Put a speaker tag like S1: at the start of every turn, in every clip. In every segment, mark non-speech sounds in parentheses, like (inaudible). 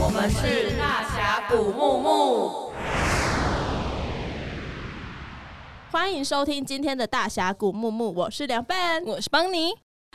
S1: 我们是大峡谷木木，
S2: 欢迎收听今天的大峡谷木木，我是凉拌。
S3: 我是邦尼。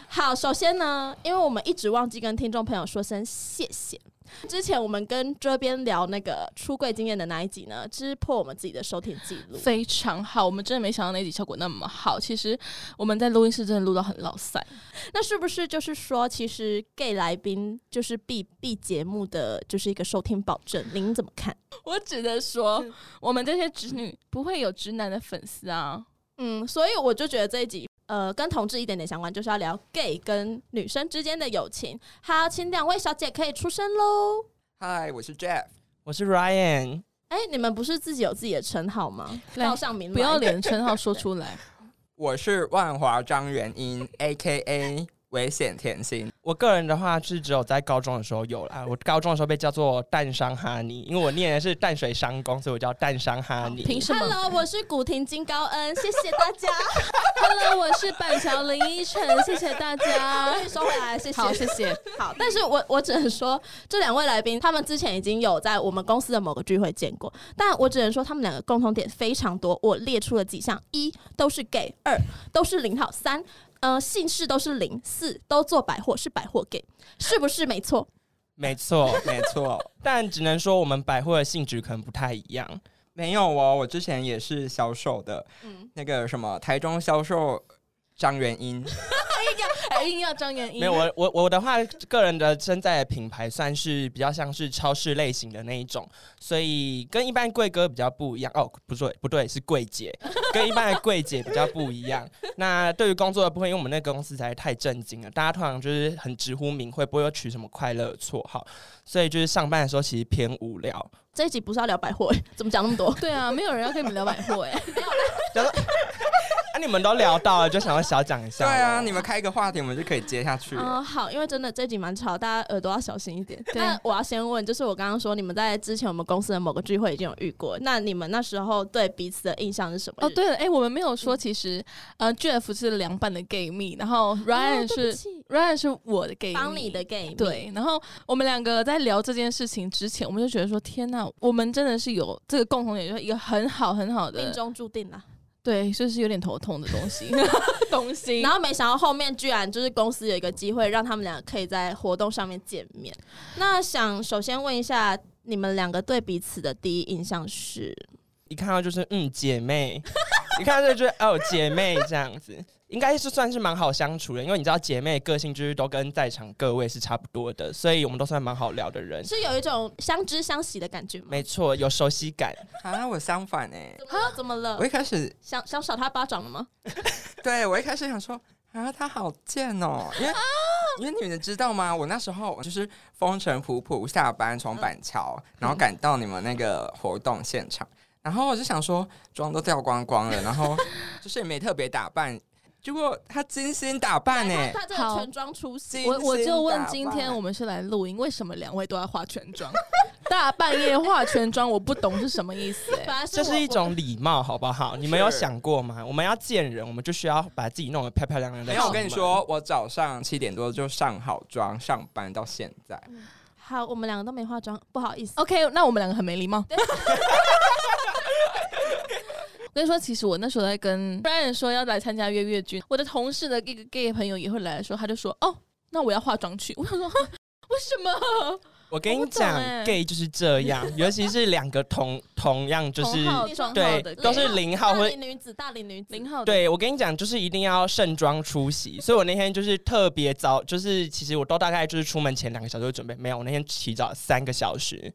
S2: 好，首先呢，因为我们一直忘记跟听众朋友说声谢谢。之前我们跟这边聊那个出柜经验的那一集呢，知破我们自己的收听记录。
S3: 非常好，我们真的没想到那集效果那么好。其实我们在录音室真的录到很老塞，
S2: 那是不是就是说，其实 gay 来宾就是必必节目的就是一个收听保证？您怎么看？
S3: 我只能说，我们这些直女不会有直男的粉丝啊。
S2: 嗯，所以我就觉得这一集。呃，跟同志一点点相关，就是要聊 gay 跟女生之间的友情。好，请两位小姐可以出声喽。
S4: 嗨，我是 Jeff。
S5: 我是 Ryan，
S2: 哎、你们不是自己有自己的称号吗？
S3: 来
S2: 报上名来
S3: 不要脸称号说出来，
S4: 我是万华张元英，A K A 危险甜心。
S5: 我个人的话是只有在高中的时候有啦。我高中的时候被叫做淡商哈尼，因为我念的是淡水商工，所以我叫淡商哈尼。
S3: 凭什么？
S2: Hello，我是古婷金高恩，谢谢大家。
S3: (laughs) Hello，我是板桥林依晨，谢谢大
S2: (laughs)
S3: 家。
S2: 终于收回来，谢谢。
S3: 好，谢谢。
S2: 好，但是我我只能说，这两位来宾他们之前已经有在我们公司的某个聚会见过，但我只能说他们两个共同点非常多，我列出了几项：一都是 gay，二都是零号，三呃姓氏都是零，四都做百货是百货 gay，是不是没错？
S5: 没错， (laughs)
S4: 没错，
S5: 但只能说我们百货的性质可能不太一样。
S4: 没有哦，我之前也是销售的，
S2: 嗯，
S4: 那个什么台中销售张元英。
S3: (laughs) 还硬要张元英
S5: 没有，啊我我我的话，个人的身在的品牌算是比较像是超市类型的那一种，所以跟一般贵哥比较不一样。哦，不对，不对，是柜姐，跟一般的柜姐比较不一样。那对于工作的部分，因为我们那个公司实在太震惊了，大家通常就是很直呼名讳，不会有取什么快乐的绰号，所以就是上班的时候其实偏无聊。
S2: 这一集不是要聊百货，怎么讲那么多？
S3: 对啊，没有人要跟你们聊百货哎、
S5: 啊，你们都聊到了，就想要小讲一
S4: 对
S5: 下。
S4: 啊，你们开一个话题，我们就可以接下去了。
S2: 嗯、好，因为真的这集蛮吵，大家耳朵要小心一点。
S3: 对
S2: 那我要先问，就是我刚刚说你们在之前我们公司的某个聚会已经有遇过，那你们那时候对彼此的印象是什么？
S3: 哦，，对了，哎、我们没有说，其实呃，Jeff 是凉拌的 gay 蜜，然后
S2: 啊
S3: Ryan 是、Ryan 是我的 gay，
S2: 帮你
S3: 蜜
S2: 的 gay
S3: 对，然后我们两个在聊这件事情之前，我们就觉得说，天呐，我们真的是有这个共同点，就是一个很好很好
S2: 命
S3: 的，
S2: 中注定啦。啊
S3: 对，就是有点头痛的东西， (laughs) 东西。
S2: 然
S3: 然后
S2: 后没想到后面居然就是公司有一个机会让他们俩可以在活动上面见面。那想首先问一下，你们两个对彼此的第一印象是？
S5: 一看到就是嗯姐妹， (laughs) 一看到就觉得哦姐妹这样子，应该是算是蛮好相处的，因为你知道姐妹个性就是都跟在场各位是差不多的，所以我们都算蛮好聊的人。
S2: 是有一种相知相惜的感觉吗？
S5: 没错，有熟悉感，
S4: 啊，我相反哎、
S2: 怎么了？怎么了
S4: 我？一开始
S2: 想想赏他巴掌了吗？
S4: (laughs) 对我一开始想说啊，他好贱哦，因为、
S3: 啊
S4: 因为你们知道吗？我那时候就是风尘仆仆下班
S3: 嗯
S4: 从板桥，然后赶到你们那个活动现场，然后我就想说妆都掉光光了，
S3: (laughs)
S4: 然后就是也没特别打扮，结果他精心打扮呢、
S2: 哎他他这个
S3: 好
S2: 全妆出席，
S4: 精
S3: 我我
S4: 心
S3: 就问
S4: 打，
S3: 今
S4: 扮
S3: 天我们是来录音，为什么两位都要化全妆？ (laughs) 大半夜化全妆，我不懂是什么意思、哎，
S2: 本来是
S5: 这
S2: 我
S5: 是一种礼貌，好不好？你们有想过吗？我们要见人，我们就需要把自己弄得漂漂亮亮的。
S4: 没有，我跟你，说，我早上七点多就上好妆上班到现在，
S2: 好，我们两个都没化妆，不好意思。
S3: OK，那我们两个很没礼貌。 (laughs) 我跟你说，其实我那时候在跟 Brian 说要来参加月月君，我的同事的一个 gay 朋友也会来的时候，他就说：“哦，那我要化妆去。” (laughs) 我想说，哈为什么？
S5: 我跟
S3: 我
S5: 你
S3: 不懂
S5: 讲、
S3: 欸
S5: g a y 就是这样，尤其是两个同同样就是
S3: 同号
S2: 你说
S3: 妆
S5: 对
S3: 号的 gay
S5: 都是零号
S2: 大
S5: 或
S2: 龄女子，大龄女子，
S3: 零号的，
S5: 对，我跟你讲，就是一定要盛装出席。所以我那天就是特别早，就是其实我都大概就是出门前两个小时就准备，没有，我那天起早三个小时，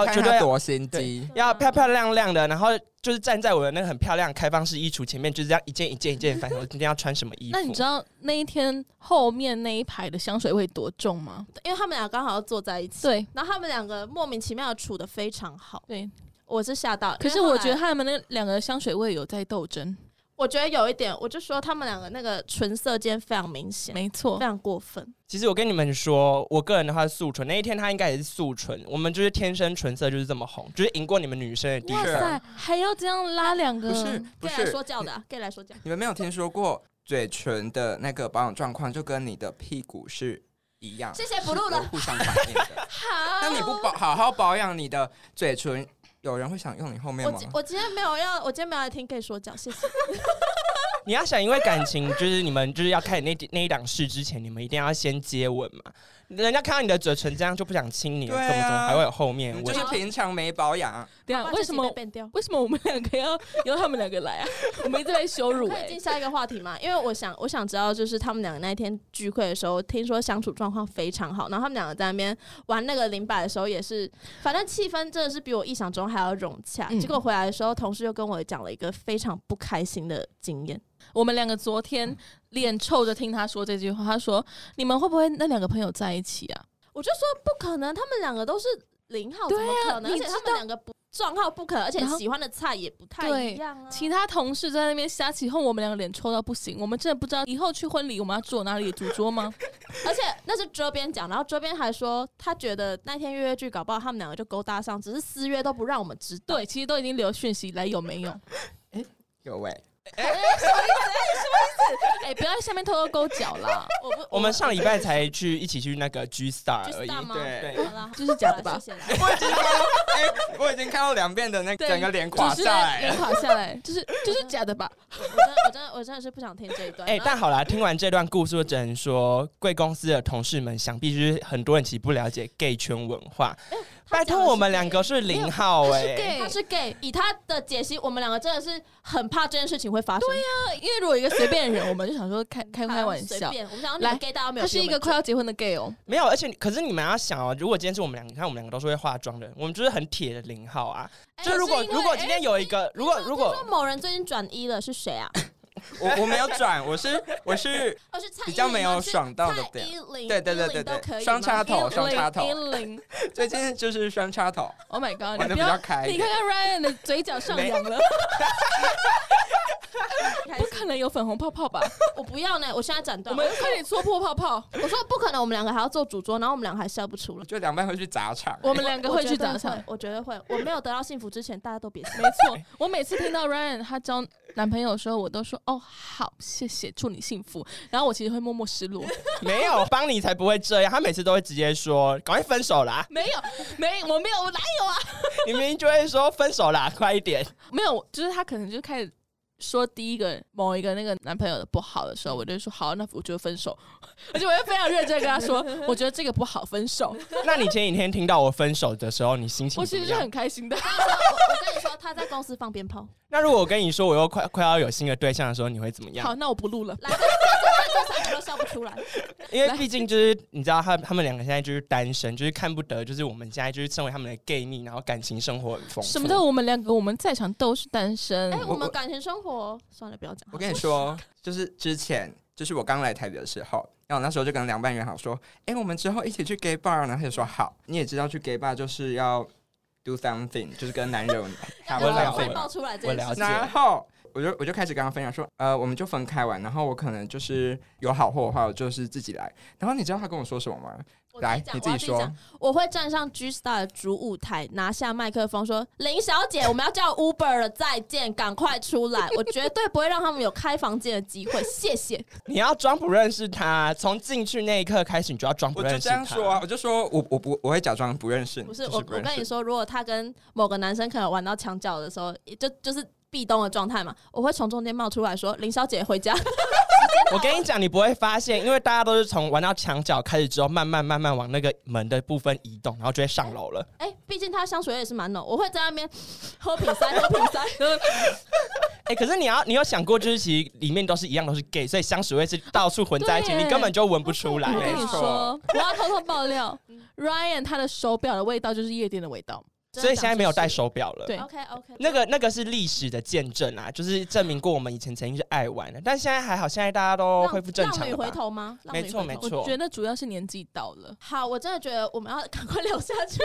S3: 哦
S4: 你看
S5: 绝对
S4: 他
S5: 要
S4: 多心机。
S5: 要漂漂亮亮的，然后就是站在我的那个很漂亮的开放式衣橱前面，就是这样一件一件一件翻，我今天要穿什么衣服？
S3: 那你知道那一天后面那一排的香水味多重吗？
S2: 因为他们俩刚好要坐在一起，
S3: 对
S2: 然后他们两个莫名其妙地处的非常好，
S3: 对，
S2: 我是吓到。
S3: 可是
S2: 因为后
S3: 我
S2: 来
S3: 觉得他们那两个香水味有在斗争，
S2: 我觉得有一点，我就说他们两个那个唇色间非常明显，
S3: 没错
S2: 非。常过分。
S5: 其实我跟你们说，我个人的话是素唇，那一天他应该也是素唇，我们就是天生唇色就是这么红，就是赢过你们女生的地
S3: 哇
S5: 方。
S4: 是
S3: 塞，还要这样拉两个？
S4: 不是不
S2: gay 来
S4: 是
S2: 说，教的、啊、，gay 来说教。
S4: 你们没有听说过嘴唇的那个保养状况就跟你的屁股是一样，
S2: 谢谢不录了
S4: 是有互相反
S2: (laughs)
S4: 应的。
S2: 好
S4: 那你不保好好保养你的嘴唇，有人会想用你后面
S2: 我
S4: 吗？
S2: 今我今天没有要，我今天没有来听 gay 说教，谢谢。
S5: 你要想，因为感情 (laughs) 就是你们就是要开始那那一档事之前，你们一定要先接吻嘛。人家看到你的嘴唇这样就不想亲你了，
S4: 对啊
S5: 怎么怎么还会有后面
S4: 你
S5: 我
S4: 就是平常没保养，
S3: 对啊，为什么
S2: 变掉？
S3: 为什么我们两个要由他们两个来啊？我们一直被羞辱
S2: 可
S3: 哎、
S2: 以进下一个话题吗？因为我想，我想知道，就是他们两个那一天聚会的时候，听说相处状况非常好，然后他们两个在那边玩那个零摆的时候，也是，反正气氛真的是比我意想中还要融洽。
S3: 嗯
S2: 结果回来的时候，同事又跟我讲了一个非常不开心的经验。
S3: 我们两个昨天脸臭着听他说这句话，他说：“你们会不会那两个朋友在一起啊
S2: 我就说不可能，他们两个都是零号，
S3: 对
S2: 怎
S3: 啊
S2: 么可能？而
S3: 你
S2: 且
S3: 知
S2: 他们
S3: 道
S2: 两个不撞号不可能，而且
S3: 然后
S2: 喜欢的菜也不太
S3: 对
S2: 一样啊？”。
S3: 其他同事在那边瞎起哄，我们两个脸臭到不行。我们真的不知道以后去婚礼我们要坐哪里主桌吗？ (laughs)
S2: 而且那是周边讲，然后周边还说他觉得那天约约剧搞不好他们两个就勾搭上，只是私约都不让我们知道。
S3: 对，其实都已经留讯息来有没 (laughs) 有？
S2: (laughs)
S4: 有喂，
S3: 哎、不要在下面偷偷勾脚啦，
S2: 我不，
S5: 我们上礼拜才去一起去那个 G Star
S2: 就
S5: 而
S2: 是
S5: 已
S2: 大，吗？
S4: 对
S2: 好啦，
S3: 就是假的吧
S2: 好啦谢谢啦。
S4: 我已经看到，哎，我已经看到两遍的那
S3: 对
S4: 整个脸垮
S3: 主持
S4: 下
S3: 人
S4: 来
S3: 脸
S4: 了。
S3: 垮下来，就是就是假的吧？
S2: 我真的我真的我真的是不想听这一段。
S5: 哎、
S2: 然后
S5: 但好啦，听完这段故事，我只能说，贵公司的同事们想必就是很多人其实不了解 gay 圈文化。
S2: 他
S5: 拜
S2: 讲
S5: 托，
S2: 的是
S5: 我们两个是零号哎、
S3: gay
S2: 他是 gay，以他的解析，我们两个真的是很怕这件事情会发生。对呀，
S3: 因为如果一个随便人，我们就想说开开开玩
S2: 随
S3: 笑。
S2: 便我们想要你们
S3: 来
S2: gay 大家没有
S3: 他
S2: 比
S3: 是
S2: 我们
S3: 一个快要结婚的 gay 哦，
S5: 没有，而且可是你们要想哦，如果今天是我们两个，你看我们两个都是会化妆的人，我们就是很铁的零号啊。
S2: 哎
S5: 就如果
S2: 是因为
S5: 如果
S2: 哎
S5: 今天有一个，如果如果
S2: 听说某人最近转一了，是谁啊？
S4: 我我没有转，我是我是
S2: 哦，是蔡依林吗
S4: 比较没有爽到的
S2: 是蔡
S4: 点
S2: 依林
S4: 对对对对
S2: 依林都
S4: 对
S2: 可以吗
S4: 双插头双插头
S3: 一零
S4: 最近就是双插头，
S3: ，Oh my god！
S4: 玩
S3: 你
S4: 的
S3: 不
S4: 比较
S3: 要，
S4: 开一
S3: 你
S4: 点
S3: 看。看 Ryan 的嘴角上扬了， (laughs) 不可能有粉红泡泡吧？
S2: 我不要呢，我现在斩
S3: 我
S2: 断。
S3: 们快点戳破泡泡，
S2: 我说不可能，我们两个还要做主桌，然后我们两个还笑不出来。
S4: 就两半会去砸场。
S3: 我们两个会去找
S2: 我
S3: 上。
S2: 我绝对会。我没有得到幸福之前，大家都别
S3: 没错，我每次听到 Ryan 他交男朋友的时候，我都说哦好，谢谢，祝你幸福。然后我其实会默默失落， (laughs)
S5: 没有邦尼才不会这样，他每次都会直接说赶快分
S3: (laughs)
S5: 手啦，
S3: 没有，没，我没有，我哪有啊？
S5: 你明明就会说分手啦，快一点。
S3: 没有，就是他可能就开始说第一个某一个那个男朋友的不好的时候，我就说好，那我觉得分手， (laughs) 而且我会非常认真地跟他说，我觉得这个不好，分手。
S5: 那你前几天听到我分手的时候，你心情
S3: 我
S5: 怎
S3: 其
S5: 么
S3: 实是
S5: 样
S3: 很？开心的。
S2: 我跟你说，他在公司放鞭炮。
S5: 那如果我跟你说我又快快要有新的对象的时候，你会怎么样
S3: 好，？那我不录了。
S2: 来，这这这这三个都笑不出来。
S5: 因为毕竟就是你知道他他们两个现在就是单身，就是看不得，就是我们现在就是身为他们的 gay 蜜，然后感情生活很丰富。
S3: 什么叫我们两个我们在场都是单身
S2: 哎，，
S4: 嗯我
S2: 我们感情生活算了，不要讲。
S4: 我跟你说，哦就是之前，就是我刚来台北的时候，然后我那时候就跟凉拌约好说，哎、我们之后一起去 gay bar，然后他就说好。你也知道，去 gay bar 就是要 do something，就是跟男
S2: (laughs)
S4: 友
S2: 要
S4: 谈
S2: 不然
S5: 我了解
S2: 快
S5: 了
S2: 爆出来这件
S5: 我了
S2: 事
S5: 解。
S4: 然后我就我就开始跟他分享说，呃，我们就分开玩，然后我可能就是有好货的话，我就是自己来。然后你知道他跟我说什么吗？
S2: 我自己
S4: 来，
S2: 讲
S4: 你
S2: 我要自己
S4: 说
S2: 讲。我会站上 G Star 的主舞台，拿下麦克风说：“林小姐， (laughs) 我们要叫 Uber 了，再见，赶快出来！ (laughs) 我绝对不会让他们有开房间的机会，谢
S4: (laughs)
S2: 谢。
S5: 你要装不认识他，从进去那一刻开始，你就要装不
S4: 我就
S5: 认识
S4: 这
S5: 他。
S4: 样说啊，我就说我我不我会假装不认识”你，
S2: 不是
S4: 就
S2: 我，
S4: 不
S2: 我
S4: 认
S2: 跟
S4: 识
S2: 你说，如果他跟某个男生可能玩到墙角的时候，就就是壁咚的状态嘛，我会从中间冒出来说：“林小姐回家。
S5: (laughs)
S2: (laughs)
S5: 我跟你讲，你不会发现，因为大家都是从玩到墙角开始之后，慢慢慢慢往那个门的部分移动，然后就会上楼了。
S2: 哎，毕竟他香水味也是蛮浓，我会在那边喝瓶塞，喝瓶
S4: (laughs)
S2: 塞。
S5: 哎、可是你要，你有想过，就是其实里面都是一样，都是 gay，所以香水味是到处混在一起，
S3: 对耶
S5: 你根本就闻不出来
S3: 我。跟
S4: 没
S3: 你
S4: 错
S3: 说，我要偷偷爆料，Ryan 他的手表的味道就是夜店的味道。
S5: 所以现在没有戴手表了。
S3: 对
S2: OK OK，
S5: 那个那个是历史的见证啊，就是证明过我们以前曾经是爱玩的，但现在还好，现在大家都哦恢复正常
S2: 浪女
S5: 了吧
S2: 回头吗？浪女
S5: 没错
S2: 回头
S5: 没
S3: 我
S5: 错
S3: 觉得主要是年纪到了，
S2: 好，我真的觉得我们要赶快聊下去。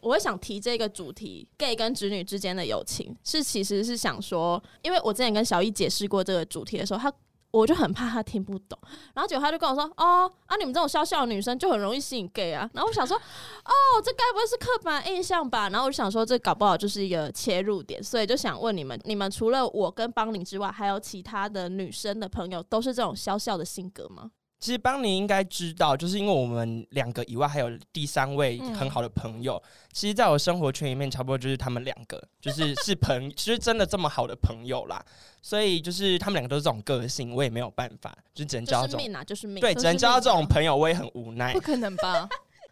S2: 我会想提这个主题，gay 跟直女之间的友情，是其实是想说，因为我之前跟小易解释过这个主题的时候，他我就很怕他听不懂，然后结果他就跟我说：“哦，啊，你们这种笑笑的女生就很容易吸引 gay 啊。”然后我想说：“哦，这该不会是刻板印象吧？”然后我就想说，哦这搞不好就是一个切入点，所以就想问你们：你们除了我跟邦宁之外，还有其他的女生的朋友都是这种笑笑的性格吗？
S5: 其实邦尼应该知道，就是因为我们两个以外还有第三位
S3: 嗯
S5: 很好的朋友，其实在我生活圈里面，差不多就是他们两个，
S2: (laughs)
S5: 就是是朋，其实真的这么好的朋友啦。所以就是他们两个都是这种个性，我也没有办法，就只能
S2: 就
S5: 交到
S2: 是
S5: 这种
S2: 命啊，就是命。
S5: 对，
S3: 都
S5: 只
S3: 是
S5: 能交到这
S3: 命啊
S5: 种朋友，我也很无奈
S3: 不。可能吧？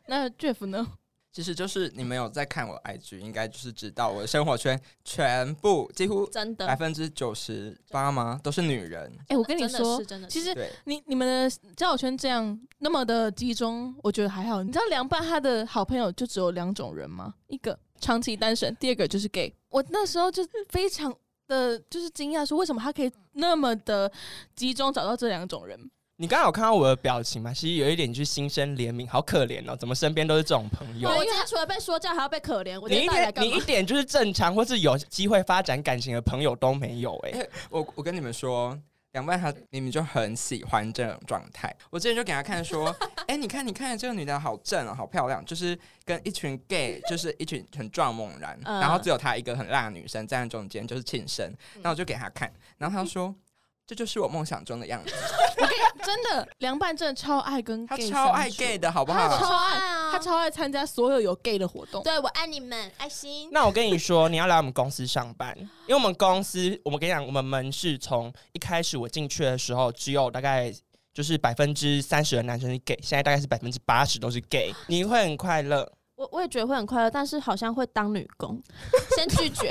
S3: 那 Jeff 呢？
S4: 其实就是你们有在看我的 IG，应该就是知道我的生活圈全部几乎
S2: 真的
S4: 百，分之九十八吗都是女人。
S3: 哎，我跟你
S2: 真的
S3: 说
S2: 是，真的是，
S3: 其实
S4: 对，
S3: 你你们的交友圈这样那么的集中，我觉得还好。你知道凉拌他的好朋友就只有两种人吗？一个长期单身，第二个就是 gay。我那时候就非常的就是惊讶，说为什么他可以那么的集中找到这两种人？
S5: 你刚刚有看到我的表情吗？其实有一点就是心生怜悯，好可怜哦，怎么身边都是这种朋友
S2: 对？我今天除了被说教，还要被可怜。我觉得
S5: 你一
S2: 到底来
S5: 点
S2: 干
S5: 你
S2: 嘛
S5: 一？点就是正常或是有机会发展感情的朋友都没有哎、
S4: 哎我我跟你们说，凉拌他明明就很喜欢这种状态。我之前就给他看说， (laughs) 哎、你看你看这个女的好正哦，好漂亮，就是跟一群 gay，就是一群很壮猛男，
S2: 嗯
S4: 然后只有她一个很辣的女生站在中间，就是庆生。
S2: 嗯
S4: 然后我就给他看，然后他说。这就是我梦想中的样子，
S3: 真的，凉拌真的超爱跟
S4: 他
S3: gay，
S4: 超爱
S3: 相处
S4: gay 的好
S2: (laughs)
S4: 不
S3: 他
S4: 好？
S3: 超爱，
S2: 啊
S3: 他超爱参加所有有 gay 的活 (laughs) 动。
S2: 对我爱你们，爱心。
S5: 那我跟你说，你要来我们公司上班，因为我们公司，我们跟你讲，我们门市从一开始我进去的时候，只有大概就是百分之三十的男生是 gay，现在大概是百分之八十都是 gay，你会很快乐。
S2: 我我也觉得会很快乐，但是好像会当女工，先拒绝，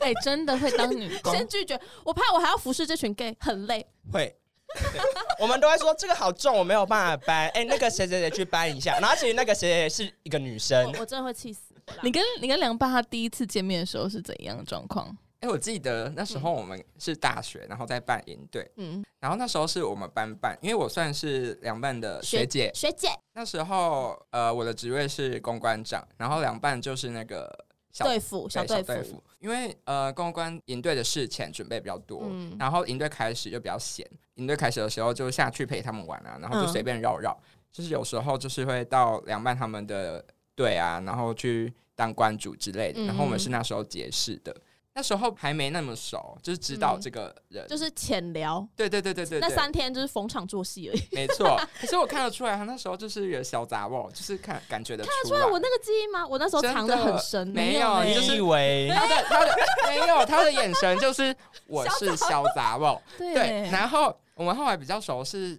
S3: 哎、真的会当女
S2: (laughs) 先拒绝。我怕我还要服侍这群 gay，很累。
S5: 会。对我们都会说这个好重，我没有办法搬。哎、那个谁谁谁去搬一下。然后其实那个谁谁谁是一个女生，
S2: 我我真的会气死。
S3: (laughs) 你跟你跟凉拌他第一次见面的时候是怎样的状况？
S4: 哎、我记得那时候我们是大学，然后在办营队，
S2: 嗯，
S4: 然后那时候是我们班办，因为我算是凉拌的学姐，
S2: 学姐
S4: 那时候呃我的职位是公关长，然后凉拌就是那个小
S2: 队服小队
S4: 队
S2: 服，，
S4: 因为呃公关营队的事前准备比较多，
S2: 嗯
S4: 然后营队开始就比较闲，营队开始的时候就下去陪他们玩啊，然后就
S2: 嗯
S4: 随便绕绕，就是有时候就是会到凉拌他们的队啊，然后去当关主之类的，然后我
S2: 嗯
S4: 们是那时候结识的。那时候还没那么熟，就是知道
S2: 嗯
S4: 这个人，
S2: 就是浅聊。
S4: 对对对对对，
S2: 那
S4: 对
S2: 三天就是逢场作戏而已。 (laughs)
S4: 没错。可是我看得出来，他那时候就是有小杂毛，就是看感觉得出
S2: 出 (laughs) 来我那个记忆吗？我那时候藏得很深，
S4: 真的没有
S2: 欸
S4: 你就是
S5: 你以为
S4: 他的他的没有他的眼神就是我是小杂毛，
S3: 对
S4: 对。然后我们后来比较熟是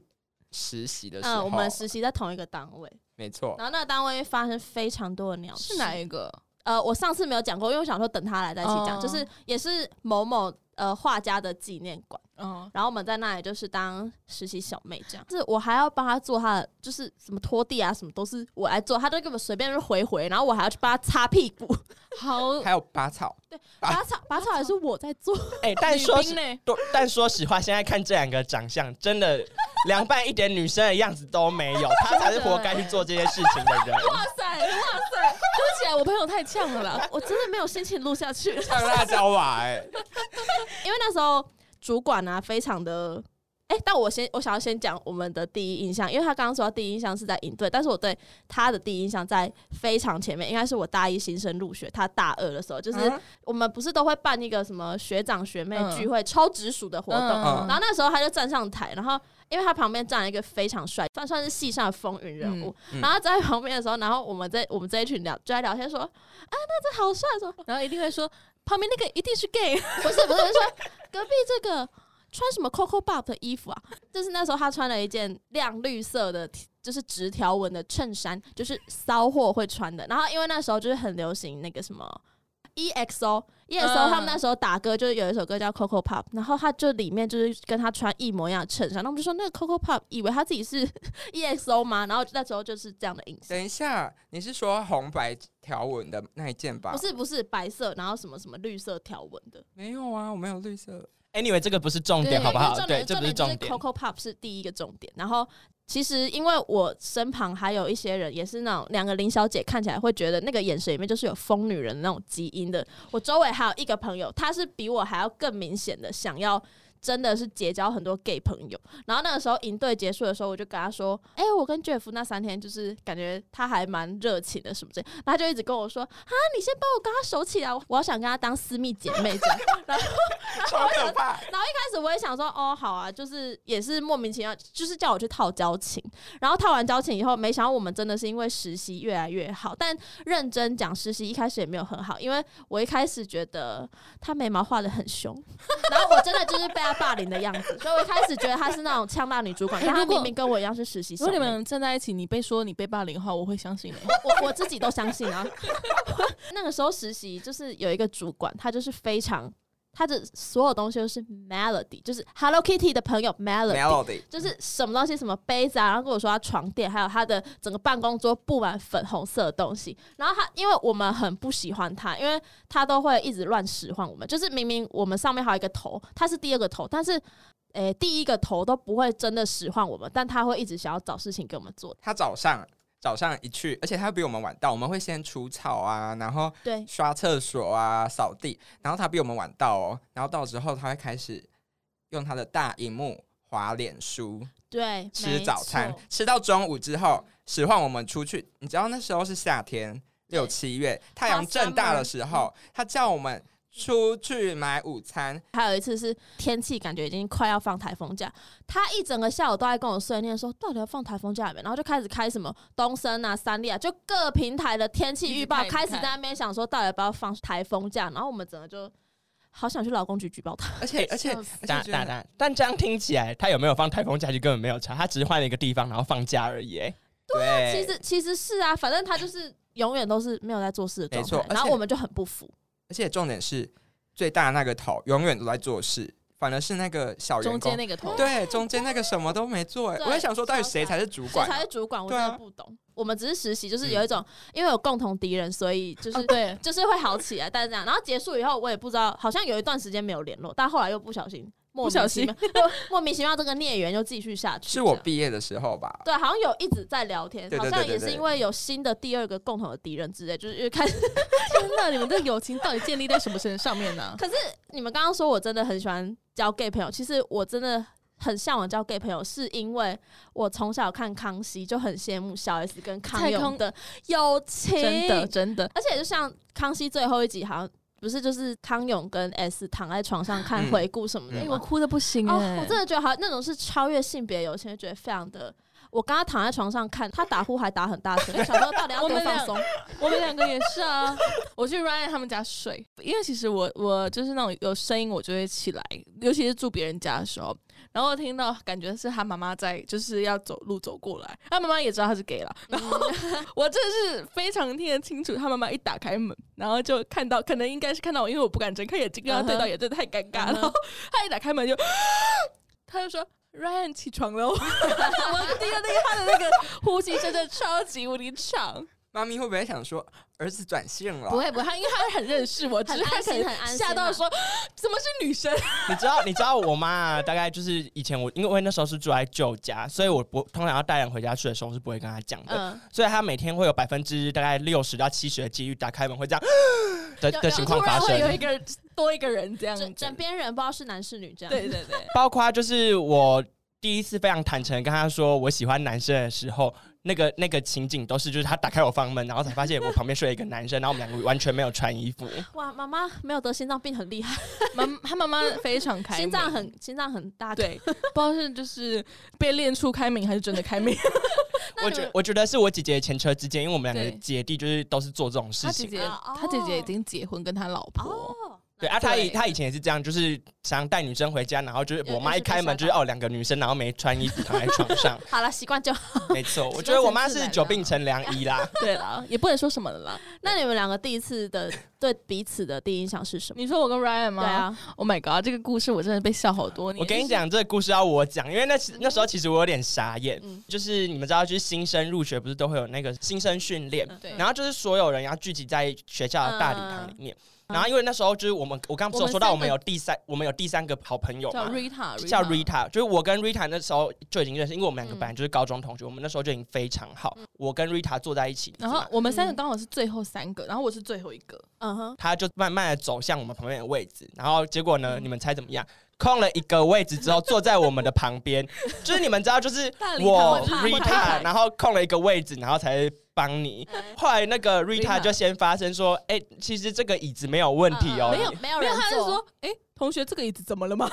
S4: 实习的时候，
S2: 嗯，我们实习在同一个单位，
S4: 没错，
S2: 然后那个单位发生非常多的鸟事。
S3: 是哪一个？
S2: 呃，我上次没有讲过，因为我想说等他来再一起讲，
S3: 哦
S2: 就是也是某某呃画家的纪念馆，
S3: 哦，
S2: 然后我们在那里就是当实习小妹这样，就是我还要帮他做他的，就是什么拖地啊，什么都是我来做，他都给我随便就回回，然后我还要去帮他擦屁 (laughs) 股，
S3: 好
S4: 还有
S2: (laughs)
S4: 拔草，
S2: 拔草拔草还是 (laughs) 我在做，
S5: 哎、但说
S3: 女
S5: 实
S3: 兵嘞，
S5: 对但说实话，现在看这两个长相，真的凉拌一点女生的样子都没有，她才是活该去做这些事情的人。
S3: 哇塞哇塞，
S2: (laughs)
S3: 对不起啊，我朋友太呛了啦。
S2: 我真的没有心情录下去，因为
S4: 像辣椒娃哎，
S2: 那时候主管啊非常的。哎、但我先，我想要先讲我们的第一印象，因为他刚刚说他第一印象是在营队，但是我对他的第一印象在非常前面，应该是我大一新生入学，他大二的时候，就是
S4: 嗯
S2: 我们不是都会办一个什么学长学妹
S3: 嗯
S2: 聚会、超直属的活动，
S4: 嗯
S2: 然后那时候他就站上台，然后因为他旁边站了一个非常帅，算算是戏上的风云人物。
S4: 嗯嗯
S2: 然后在旁边的时候，然后我们在我们这一群聊就在聊天说，啊，那这好帅，什么
S3: 然后一定会说旁边那个一定是 gay，
S2: (laughs) 不是不是说隔壁这个穿什么 Coco Bob 的衣服啊？就是那时候他穿了一件亮绿色的，就是直条纹的衬衫，就是骚货会穿的。然后因为那时候就是很流行那个什么。EXO，EXO E 他们那时候打歌就是有一首歌叫 Coco Pop，然后他就里面就是跟他穿一模一样的衬衫，然后我们就说那个 Coco Pop 以为他自己是 (laughs) EXO 吗？然后那时候就是这样的印象，
S4: (laughs) 等一下，你是说红白条纹的那一件吧
S2: 不？是不是白色，然后什么什么绿色条纹的，
S4: 没有啊，我没有绿
S2: (laughs)
S4: 色，
S5: 哎、你以为这个不是重点，
S3: 对
S5: 好不好？
S2: 对，
S5: 对，这不
S2: 是
S5: 是重点。
S2: Coco Pop 是第一个重点，然后。其实，因为我身旁还有一些人也是那种两个林小姐看起来会觉得那个眼神里面就是有疯女人那种基因的。我周围还有一个朋友，她是比我还要更明显的想要真的是结交很多 gay 朋友。然后那个时候营队结束的时候，我就跟他说：“哎、我跟 Jeff 那三天就是感觉他还蛮热情的什么之类。”然后他就一直跟我说：“啊，你先帮我跟他熟起来，我我要想跟他当私密姐妹这样。”
S4: 超可怕！
S2: 然后一开始我也想说，哦，好啊，就是也是莫名其妙，就是叫我去套交情。然后套完交情以后，没想到我们真的是因为实习越来越好。但认真讲，实习一开始也没有很好，因为我一开始觉得他眉毛画的很凶，然后我真的就是被他霸凌的样子，所以我一开始觉得他是那种呛大女主管，
S3: 哎
S2: 但他
S3: 如果
S2: 明明跟我一样是实习
S3: 如
S2: 生。欸
S3: 果你们站在一起，你被说你被霸凌的话，我会相信你。
S2: 我我自己都相信啊。 (laughs) 那个时候实习就是有一个主管，他就是非常。他的所有东西都是 Melody，就是 Hello Kitty 的朋友
S4: Melody
S2: (laughs) 就是什么东西，什么杯子啊，然后跟我说他床垫，还有他的整个办公桌布满粉红色的东西。然后他，因为我们很不喜欢他，因为他都会一直乱使唤我们。就是明明我们上面还有一个头，他是第二个头，但是诶、第一个头都不会真的使唤我们，但他会一直想要找事情给我们做。
S4: 他早上早上一去，而且他比我们晚到，我们会先除草啊，然后
S2: 对，
S4: 刷厕所啊、扫地，然后他比我们晚到哦，然后到之后他会开始用他的大荧幕划脸书、
S2: 对，
S4: 吃早餐
S2: 没错，
S4: 吃到中午之后使唤我们出去。你知道那时候是夏天，
S2: 对
S4: 六七月太阳正大的时候，他叫我们出去买午餐，
S2: 还有一次是天气感觉已经快要放台风假，他一整个下午都在跟我碎念说到底要放台风假没，然后就开始开什么东升啊、三立啊，就各平台的天气预报
S3: 一直看
S2: 开
S3: 一
S2: 始
S3: 直
S2: 在
S3: 看
S2: 那边想说到底要不要放台风假，然后我们整个就好想去劳工局举报他。
S4: 而且而且
S3: 笑
S4: 而
S3: 死
S4: 且
S5: 大
S4: 觉
S5: 大
S4: 得
S5: 大，但这样听起来，他有没有放台风假就根本没有差，他只是换了一个地方，然后放假而已。哎
S4: 对，
S2: 其实其实是啊，反正他就是永远都是没有在做事的
S4: 没
S2: 状态
S4: 错，而且
S2: 然后我们就很不服。
S4: 而且重点是最大那个头永远都在做事，反而是那个小员
S3: 中
S4: 工
S3: 间。那个头，
S4: 对，中间那个什么都没做，哎
S2: 对
S4: 我也想说，到底谁才是主
S2: 谁
S4: 管啊？
S2: 才是主管？我
S4: 对
S2: 真
S4: 啊
S2: 的不懂。我们只是实习，就是有一种、因为有共同敌人，所以就是
S3: 哦对，
S2: 就是会好起来，但是这样，然后结束以后，我也不知道，好像有一段时间没有联络，但后来又不小心，莫名其妙， (laughs)
S3: (laughs)
S2: 又莫名其妙这个孽缘又继续下去。
S4: 是我
S2: 这样
S4: 毕业的时候吧？
S2: 对，好像有一直在聊天，
S4: 对对
S2: 好
S4: 对
S2: 像也
S4: 对
S2: 是
S4: 对
S2: 因为有新的第二个共同的敌人之类，就是因为开始。
S3: 天哪，你们的友情到底建立在什么身上面呢、
S2: 可是你们刚刚说我真的很喜欢交 gay 朋友，其实我真的。很向往交 gay 朋友，是因为我从小看康熙就很羡慕小 S 跟康
S3: 蔡
S2: 永
S3: 康
S2: 的友情，
S3: 真的，真的，
S2: 而且就像康熙最后一集，好像不是就是康永跟 S 躺在床上看
S4: 嗯
S2: 回顾什么的
S4: 嗯
S2: 吗？
S3: 哭的不行
S2: 哦，我真的觉得好像那种是超越性别友情，就觉得非常的。我刚刚躺在床上看他打呼还打很大声，就想说到底要
S3: 我
S2: 多
S3: 们俩
S2: 放松。
S3: 我们两个也是啊。 (laughs) 我去 Ryan 他们家睡，因为其实我我就是那种有声音我就会起来，尤其是住别人家的时候，然后听到感觉是他妈妈在，就是要走路走过来，他妈妈也知道他是 gay 了，然后我真的是非常听得清楚，他妈妈一打开门，然后就看到，可能应该是看到我，因为我不敢睁开眼睛跟他对
S2: 嗯
S3: 到
S2: 哼
S3: 眼，真的太尴尬
S2: 嗯哼
S3: 了。然后他一打开门就， (gasps) 他就说。Ryan 起床了，我 (laughs) 我听到那个他的那个呼吸声真的超级无敌长，
S4: 妈咪会不会想说儿子转性了
S3: 不？会不会，他因为他很认识我，只
S2: 很
S3: 是他
S2: 安
S3: 可
S2: 心
S3: 能
S2: 很安心
S3: 吓
S2: 啊
S3: 到说怎么是女生，
S5: 你知道，你知道我妈啊大概就是以前我，因为我那时候是住在舅家，所以我不通常要带人回家睡的时候，我是不会跟她讲的。
S2: 嗯，
S5: 所以她每天会有百分之大概六十到七十的几率打开门会这样 (gasps) 的
S2: 有
S5: 的
S2: 有
S5: 情
S3: 突
S5: 况发
S3: 然会有一
S5: 生。
S3: 个人多一个人这样子
S2: 枕，枕边人不知道是男是女这样。
S3: 对对 (laughs) 对，
S5: 包括就是我第一次非常坦诚地跟她说我喜欢男生的时候，那个那个情景都是就是她打开我房门，然后才发现我旁边睡了一个男生，然后我们两个完全没有穿衣服。
S2: 哇，妈妈没有得心脏病很厉害，
S3: 妈他妈妈非常开明，
S2: 心脏很心脏很大。，
S3: 对，不知道是就是被练出开明还是真的开明，
S2: 那
S5: 我
S2: 你
S5: 觉
S2: 们
S5: 我觉得是我姐姐的前车之鉴，因为我们两个
S3: 对
S5: 姐弟就是都是做这种事
S3: 他姐
S5: 情。
S3: 姐
S2: 哦
S3: 他姐姐已经结婚跟他老婆，
S2: 哦，
S5: 对啊，他以
S3: 对
S5: 他以前也是这样，就是想带女生回家，然后就是
S2: 有，
S5: 我妈一开门就是哦，两个女生，然后没穿衣服躺在床上
S2: 好了，习惯就好。
S5: 没错，我觉得我妈是久病成良医啦。
S3: (laughs) 对啦，也不能说什么了啦。
S2: 那你们两个第一次的对彼此的第一印象是什么？
S3: 你说我跟 Ryan 吗？
S2: 对啊，
S3: ，Oh my god，这个故事我真的被笑好多年。
S5: 我跟你，讲，这个故事要我讲，因为那时那时候其实我有点傻眼，
S2: 嗯
S5: 就是你们知道，就是新生入学不是都会有那个新生训练，
S2: 嗯
S3: 对
S5: 然后就是所有人要聚集在学校的大礼堂里面。然后因为那时候就是我们，我刚刚不是有说到我们有第三，我们有第三个好朋友
S3: 叫
S5: 嘛。
S3: Rita，
S5: 啊叫 Rita，就是我跟 Rita 那时候就已经认识，因为我们两个
S3: 嗯
S5: 本来就是高中同学，我们那时候就已经非常好。我跟 Rita 坐在一起，
S3: 然后我们三个刚好是最后三个，然后我是最后一个，
S2: 嗯哼，
S5: 他就慢慢的走向我们旁边的位置，然后结果呢，
S3: 嗯
S5: 你们猜怎么样？空了一个位置之后，坐在我们的旁
S2: (laughs)
S5: 边，就是你们知道，就是
S3: 大理
S5: 我
S3: 他会怕他会怕
S5: Rita，然后空了一个位置，然后才帮你。后来那个 Rita
S3: Rita
S5: 就先发声说：“哎、其实这个椅子没有问题哦。
S2: 嗯嗯没有没有
S3: 没
S2: 人
S3: 有，他就
S2: 坐
S3: 说，哎，同学，这个椅子怎么了 (laughs) 吗？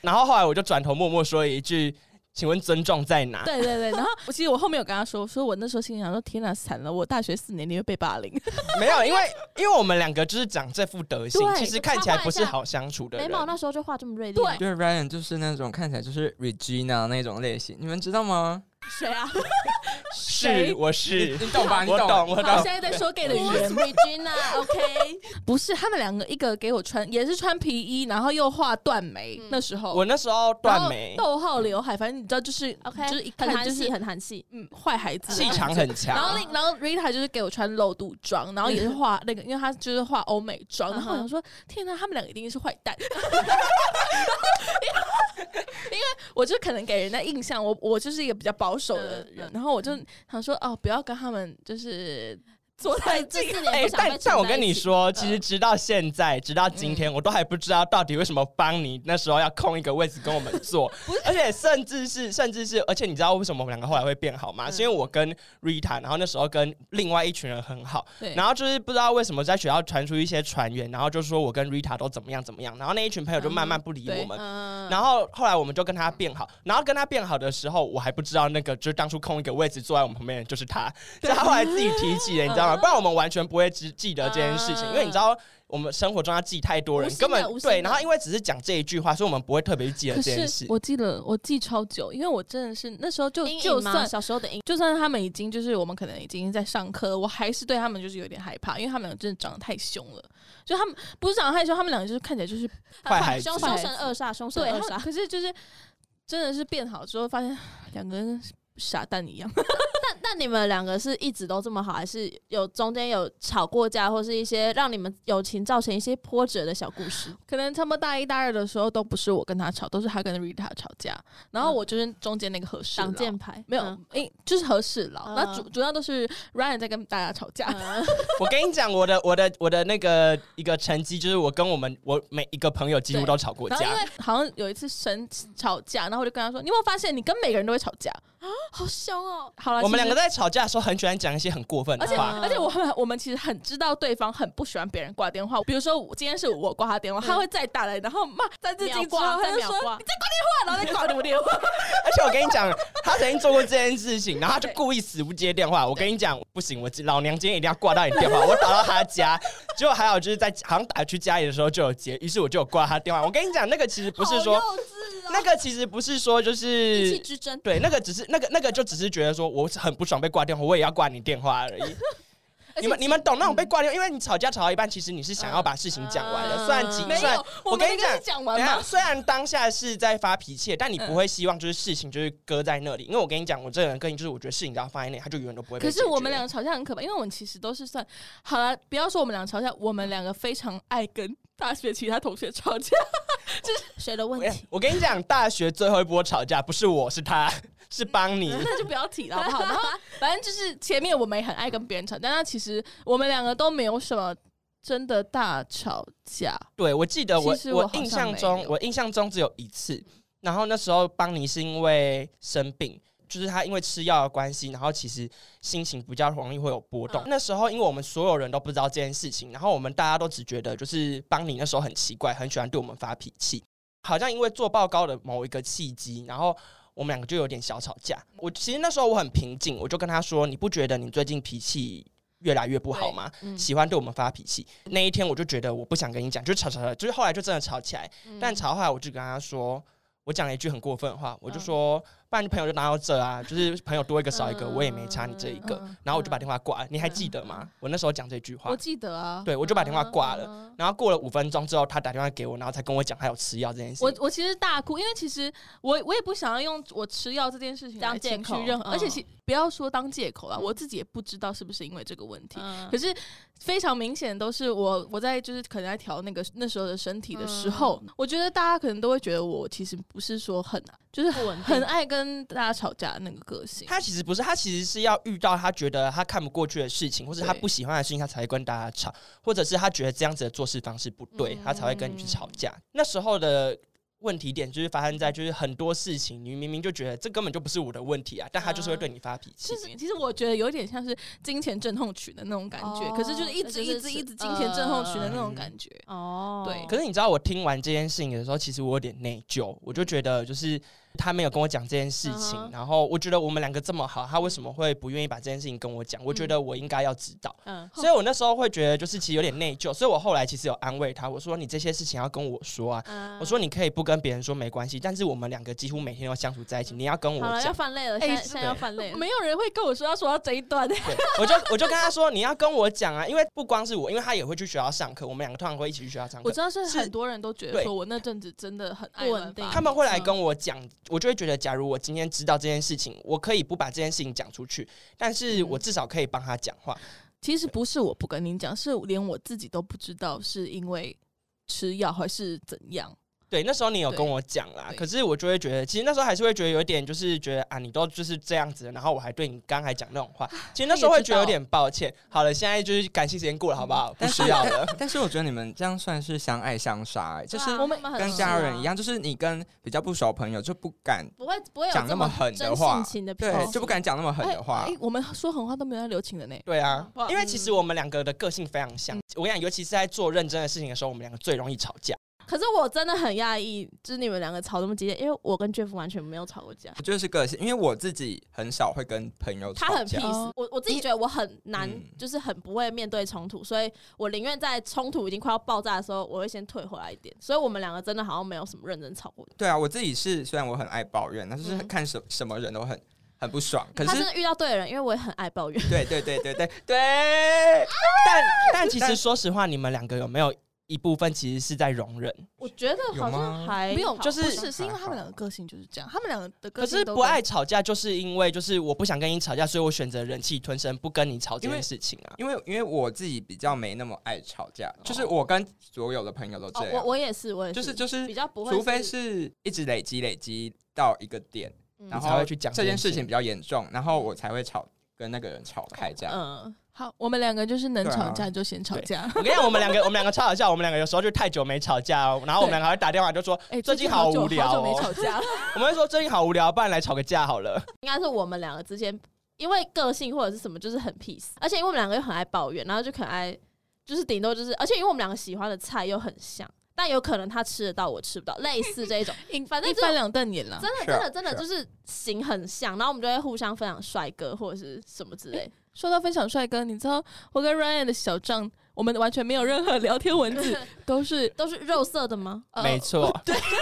S5: 然后后来我就转头默默说一句：“请问尊重在哪
S3: 对对对，然后我其实我后面有跟他说，说我那时候心里想说，天哪，惨了，我大学四年你会被霸凌，？”
S5: (laughs) 没有，因为因为我们两个就是长这副德行，
S2: 对
S5: 其实看起来不是好相处的
S2: 眉
S5: 人。
S2: 毛那时候就画这么锐利啊，
S4: 对，Ryan 就是那种看起来就是 Regina 那种类型，你们知道吗？
S2: 谁
S3: (laughs)
S2: 啊？
S5: 是，我是
S4: 你懂吧？你
S5: 我懂，
S4: 懂。
S5: 我
S3: 好，
S5: 懂
S3: 现。在在说 gay 的语 (laughs)
S2: 我是
S3: 言，啊
S2: (laughs) Regina，OK，
S3: 哦 (laughs) 不是他们两个，一个给我穿也是穿皮衣，然后又画断眉，
S2: 嗯
S3: 那时候
S5: 我那时候断眉
S3: 然后，逗号刘海，反正你知道就是
S2: OK，
S3: 就是一
S2: 很
S3: 看
S2: 韩
S3: 就
S2: 系，
S3: 是
S2: 很韩系。
S3: 嗯坏孩子的
S5: 气
S3: 感觉
S5: 场很
S3: 然
S5: 强
S3: 后。另然后 Rita 就是给我穿露肚装，然后也是 (laughs) 画那个，因为他就是画欧美妆，然后我想说，天哪，他们两个一定是坏 (laughs) 蛋。因为我就可能给人的印象，我我就是一个比较保守的人，然后我就想说，哦，不要跟他们就是坐太
S2: 这
S3: 近。
S2: 四年
S5: 哎、
S2: 不想被
S5: 但
S2: 扯
S5: 但我
S2: 在
S5: 跟
S2: 一
S5: 你
S2: 起，嗯
S5: 说，其实直到现在，直到今天，我都还不知道到底为什么邦尼那时候要空一个位置跟我们
S2: (laughs)
S5: 坐，而且甚至是甚至是，而且你知道为什么我们两个后来会变好
S2: 嗯
S5: 吗？是因为我跟 Rita，然后那时候跟另外一群人很好，
S3: 对，
S5: 然后就是不知道为什么在学校传出一些传言，然后就说我跟 Rita 都怎么样怎么样，然后那一群朋友就慢慢不理我们。
S2: 嗯，
S5: 然后后来我们就跟他变好，然后跟他变好的时候，我还不知道那个就是当初空一个位置坐在我们旁边的就是 (laughs) 他，是他后来自己提起的，你知道吗？不然我们完全不会只记得这件事情，因为你知道我们生活中要记太多
S2: 无，
S5: 人
S2: 心的
S5: 根本
S2: 无心的
S5: 啊对。然后因为只是讲这一句话，所以我们不会特别记得
S3: 可
S5: 这
S3: 是
S5: 件事。
S3: 我记得我记超久，因为我真的是那时候就
S2: 阴影
S3: 就
S2: 吗
S3: 算
S2: 小时候的阴影，
S3: 就算他们已经就是我们可能已经在上课，我还是对他们就是有点害怕，因为他们两个真的长得太凶了。就他们不是长得太凶，他们两个就是看起来就是
S5: 坏孩子
S2: 凶凶神恶煞，凶神
S3: 对，
S2: 恶
S3: 他们
S2: 煞。
S3: 可是就是真的是变好之后，发现两个人傻蛋一样。
S2: 但但你们两个是一直都这么好，还是有中间有吵过架，或是一些让你们友情造成一些波折的小故事？
S3: 可能差不多大一大二的时候都不是我跟他吵，都是他跟 Rita 吵架，然后我就是中间那个和事佬
S2: 挡箭牌
S3: 没有，诶、
S2: 嗯
S3: 就是和事佬。
S2: 嗯
S3: 那主主要都是 Ryan 在跟大家吵架，
S2: (laughs) 嗯
S5: 我跟 (laughs) 你讲，我的我的我的那个一个成绩就是，我跟我们我每一个朋友几乎都吵过
S3: 然后因
S5: 架。
S3: 为好像有一次神吵架，然后我就跟他说：“你有没有发现你跟每个人都会吵架
S2: 好凶哦！？”
S3: 好了，
S5: 我们
S3: 其
S5: 两
S3: 实
S5: 个在吵架的时候，很喜欢讲一些很过分的
S3: 而且
S5: 话。
S3: 而且我们我们其实很知道对方很不喜欢别人挂电话，比如说我今天是我挂他电话，他会再打来，然后骂三字
S2: 秒
S3: 经之后，
S2: 挂，
S3: 他
S2: 再
S3: 就
S2: 秒
S3: 说
S2: 挂，
S3: 然后再挂我电话。
S5: 而且我跟你讲，他曾经做过这件事情，然后他就故意死不接电话。我跟你讲，不行，我老娘今天一定要挂到你电话。我打到他家，结果还好就是在好像打去家里的时候就有接，于是我就有挂他电话。我跟你讲，那个其实不是说，
S2: 好幼稚哦
S5: 那个其实不是说就
S2: 意气
S5: 是。
S2: 之争。
S5: 对，那个只是那个那个就只是觉得说我很不爽被挂电话，我也要挂你电话而已。你们你们懂那种被挂电话，因为你吵架吵到一半，其实你是想要把事情讲完
S3: 啊
S2: 嗯
S5: 的，虽然急，
S2: 没
S5: 虽然我
S3: 们
S5: 跟你
S3: 那个
S5: 讲哎
S3: 是讲
S5: 等
S3: 完
S5: 一下
S3: 嘛，
S5: 虽然呃当下是在发脾气，但你
S3: 嗯
S5: 不会希望就是事情就是搁在那里，因为我跟你讲，我这个人跟你就是我觉得事情只要放在那里，他就永远都不会被
S3: 可
S5: 解决。
S3: 是我们两个吵架很可怕，因为我们其实都是算好了，不要说我们两个吵架，我们两个非常爱跟大学其他同学吵架。
S2: 谁的问
S5: (laughs) 我
S2: 题？
S5: 我跟你讲，大学最后一波吵架不是我是他，是邦
S3: (laughs)
S5: 尼。
S3: 那就不要提了，好
S2: (laughs)
S3: 不好？然后反正就是前面我们也很爱跟别人吵，但那其实我们两个都没有什么真的大吵架。
S5: 对，我记得我
S3: 其实我好像
S5: 印象
S3: 没
S5: 中，
S3: 有
S5: 我印象中只有一次。然后那时候邦尼是因为生病，就是他因为吃药的关系，然后其实心情比较容易会有波动。
S2: 嗯
S5: 那时候因为我们所有人都不知道这件事情，然后我们大家都只觉得就是邦尼那时候很奇怪，很喜欢对我们发脾气，好像因为做报告的某一个契机，然后。我们两个就有点小吵架。我其实那时候我很平静，我就跟他说：“你不觉得你最近脾气越来越不好吗？
S2: 嗯
S5: 喜欢对我们发脾气。那一天我就觉得我不想跟你讲，就吵吵吵，
S3: 嗯
S5: 就是后来就真的吵起来。但吵后来我就跟他说，我讲了一句很过分的话，我就说、不然你朋友就拿到这啊，就是朋友多一个少一个，
S3: 嗯
S5: 我也没差你这一个。
S3: 嗯
S5: 然后我就把电话挂了，你还记得吗？我那时候讲这句话
S3: 我，记得啊，
S5: 对我就把电话挂了
S3: 嗯。
S5: 然后过了五分钟之后，他打电话给我，然后才跟我讲他有吃药这件事
S3: 我
S5: 情。
S3: 我其实大哭，因为其实我我也不想要用我吃药这件事情来
S2: 当借
S3: 情绪
S2: 口
S3: 任何，而且
S2: 嗯
S3: 其不要说当借口啦，我自己也不知道是不是因为这个
S2: 嗯
S3: 问题。可是非常明显，都是我我在就是可能在调那个那时候的身体的时候，
S2: 嗯
S3: 我觉得大家可能都会觉得我其实不是说很啊就是
S2: 嗯不稳定
S3: 很爱跟大家吵架的那个个性。
S5: 他其实不是，他其实是要遇到他觉得他看不过去的事情，或是他
S3: 对
S5: 不喜欢的事情，他才会跟大家吵，或者是他觉得这样子的做事方式不对，
S3: 嗯
S5: 他才会跟你去吵架。那时候的问题点就是发生在就是很多事情，你明明就觉得这根本就不是我的问题啊，但他就是会对你发脾气
S3: 就。嗯是其实我觉得有点像是金钱症候群的那种感觉，
S2: 哦
S3: 可是就是一
S2: 就
S3: 直
S2: 是嗯
S3: 一直
S2: 是
S3: 一直金钱症候群的那种
S5: 嗯
S3: 感觉。
S2: 哦
S3: 对
S5: 可是你知道，我听完这件事情的时候，其实我有点内疚，我就觉得就是他没有跟我讲这件事情，
S2: 嗯哼
S5: 然后我觉得我们两个这么好，他为什么会不愿意把这件事情跟我讲？我
S3: 嗯
S5: 觉得我应该要知道。
S2: 嗯
S5: 所以我那时候会觉得就是其实有点内疚，所以我后来其实有安慰他，我说你这些事情要跟我说啊。
S2: 嗯
S5: 我说你可以不跟别人说没关系，但是我们两个几乎每天都相处在一起，你要跟我
S2: 好了，要
S5: 讲。
S2: 犯累了，
S3: 哎
S2: 现在
S3: 是
S2: 现在要犯累了。
S3: (laughs) 没有人会跟我说要说到这一
S5: (laughs)
S3: 段的，
S5: 对，我就我就跟他说你要跟我讲啊，因为不光是我，因为他也会去学校上课，我们两个通常会一起去学校上
S3: 我
S5: 课
S3: 知。道是
S5: 是
S3: 很多人都觉得
S5: 对
S3: 说我那阵子真的很爱
S2: 不
S3: 乱
S2: 稳定
S3: 发
S5: 他们会来
S2: 嗯
S3: 脾气
S5: 跟我讲，我就会觉得，假如我今天知道这件事情，我可以不把这件事情讲出去，但是
S2: 嗯
S5: 我至少可以帮他讲话。
S3: 其实不是我不跟你讲，是连我自己都不知道是因为吃药还是怎样。
S5: 对，那时候你有跟我讲啦，
S3: 对
S5: 可是我就会觉得，其实那时候还是会觉得有点，就是觉得啊，你都就是这样子了，然后我还对你刚才讲那
S3: (laughs)
S5: 种话，其实那时候会觉得有点抱歉。好了，现在就是感性时间过了，好不好？不
S4: 但是
S5: 需
S3: (laughs)
S5: 要了。
S4: 但是我觉得你们这样算是相爱相杀、欸，就是
S2: 对啊
S3: 我们
S2: 他很
S4: 跟
S2: 熟
S4: 家
S2: 啊
S4: 人一，样，就是你跟比较不熟的朋友就不敢
S2: 不会不会有
S4: 讲那
S2: 么
S4: 么狠
S2: 真
S4: 的话
S2: 性情的脾
S4: 对，
S2: 气
S4: 就不敢讲那么狠的话
S3: 哎、。哎我们说狠话都没有在留情的呢。
S5: 对啊
S3: 不好，嗯
S5: 因为其实我们两个的个性非常像，我跟你讲，尤其是在做认真的事情的时候，我们两个最容易吵
S3: (laughs)
S5: 架。
S2: 可是我真的很讶异，就是你们两个吵那么激烈，因为我跟 Jeff 完全没有吵过架。
S4: 我觉得是个性，因为我自己很少会跟朋友
S2: 他
S4: 吵
S2: 很
S4: 架。
S2: peace，、
S3: 哦
S2: 我我自己觉得我很难，
S4: 嗯
S2: 就是很不会面对冲突，所以我宁愿在冲突已经快要爆炸的时候，我会先退回来一点。所以我们两个真的好像没有什么认真吵过。
S4: 对啊，我自己是虽然我很爱抱怨，但是
S2: 嗯
S4: 看什什么人都很很不爽。可
S2: 他
S4: 是
S2: 真的遇到对的人，因为我也很爱抱怨。
S4: 对对对对对对，
S5: 但但其实说实话，你们两个有没有一部分其实是在容忍？
S2: 我觉得好像
S4: 有吗
S2: 还
S3: 没有，
S2: 好
S5: 就是
S3: 不是是因为他们两个个性就是这样，他们两个的
S5: 可
S3: 个性
S5: 是
S3: 都
S5: 不爱吵架，就是因为就是我不想跟你吵架，所以我选择忍气吞声，不跟你吵这
S4: 因
S5: 件
S4: 为
S5: 事情啊。
S4: 因为因为我自己比较没那么爱吵架，就是我跟所有的朋友都
S2: 哦
S4: 这，
S2: 我
S4: 样，
S2: 我也是，我也
S4: 就是就是
S2: 比较不会，
S4: 除非是一直累积累积到一个点，
S2: 嗯
S4: 然
S5: 才
S4: 后
S5: 会去讲
S4: 这
S5: 这
S4: 件
S5: 件
S4: 事
S5: 事
S4: 情比较严重，然后我才会吵跟那个人吵开这样。
S2: 嗯，
S3: 好，我们两个就是能
S4: 对啊
S3: 吵架就先吵架。
S5: 我跟你讲，我们两个我们两个超好笑，我们两个有时候就太久没吵架哦，然后我们
S3: 对
S5: 两个还会打电话就说
S3: (laughs) 哎、
S5: 最近好
S3: 久
S5: 无聊
S3: 好久没
S5: 哦
S3: 吵 (laughs) 架了。
S5: 我们会说最近好无聊，不然来吵个架好了。
S2: 应该是我们两个之间，因为个性或者是什么，就是很 peace，而且因为我们两个又很爱抱怨，然后就很爱，就是顶多就是，而且因为我们两个喜欢的菜又很像，但有可能他吃得到，我吃不到，类似这一种，反正
S3: 一
S2: 就
S3: 翻两瞪眼啦。
S2: 真的
S4: 是
S2: 真
S4: 啊
S2: 的真的
S4: 是啊
S2: 就是型很像，然后我们就会互相分享帅哥或者是什么之
S4: (laughs)
S2: 类，
S3: 说到分享帅哥，你知道我跟 Ryan 的小账，我们完全没有任何聊天文 (laughs) 字，都是
S2: 都是肉色的吗？
S3: 呃
S2: (laughs)
S5: 没错，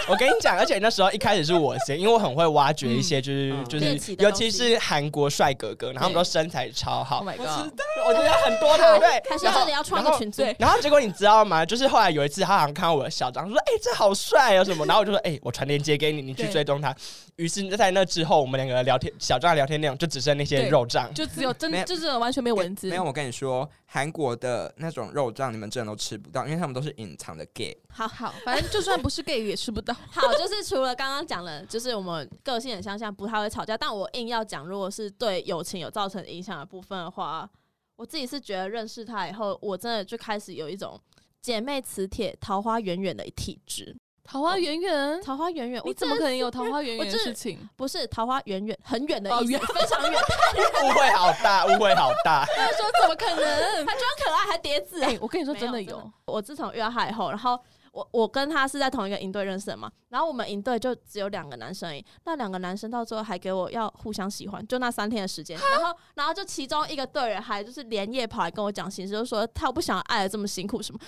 S5: 我跟你讲，而且那时候一开始是我先，因为我很会挖掘一些就是、
S4: 嗯
S5: 就
S2: 猎奇
S5: 是，
S2: 的
S5: 尤
S2: 东
S5: 其
S2: 西哦
S5: 是韩国帅哥哥，然后他们都身材超好
S3: ，Oh，my (laughs)
S4: 我知
S3: god，
S4: 道，
S5: 我觉得很多对不对？
S2: 还是
S5: 然后
S2: 真的要创一个群组？
S3: 然
S5: 然后结果你知道吗？就是后来有一次，他好像看到我的小张，说：“哎、这好帅哦、什么？”然后我就说：“哎、我传链接给你，你去
S3: 对
S5: 追踪他。”于是在那之后，我们两个的聊天，小张的聊天内容就只剩那些
S3: 对
S5: 肉账。
S3: 就只有真
S4: 没有
S3: 就是完全没有文字，
S4: 没有，我跟你说，韩国的那种肉酱你们真的都吃不到，因为他们都是隐藏的 gay。
S2: 好
S3: 好，反正就算不是 gay 也吃不到。
S2: 好，就是除了刚刚讲了，就是我们个性很相像，不太会吵架。但我硬要讲，如果是对友情有造成影响的部分的话，我自己是觉得认识他以后，我真的就开始有一种姐妹磁铁、桃花远远的体质。
S3: 桃花源源，
S2: 桃花远远，我
S3: 你怎么
S2: 真
S3: 可
S2: 的
S3: 能有桃花源
S2: 我
S3: 源的
S2: 真
S3: 事情？
S2: 不是桃花远远很远的
S3: 哦
S2: 意思？
S3: 远
S2: 非常
S3: (laughs)
S2: 远。
S5: (laughs) 误会好大，误会好大。
S3: 他说怎么可 (laughs) 能？
S2: 他装可爱还叠字、欸
S3: 哎，我跟你说
S2: 没
S3: 真的
S2: 真
S3: 有，
S2: 我自从遇到他以后，然后我我跟他是在同一个营队认识的嘛，然后我们营队就只有两个男生而已，那两个男生到最后还给我要互相喜欢，就那三天的时间，然后然后就其中一个队员还就是连夜跑来跟我讲心事，就说他不想爱的这么辛苦什么，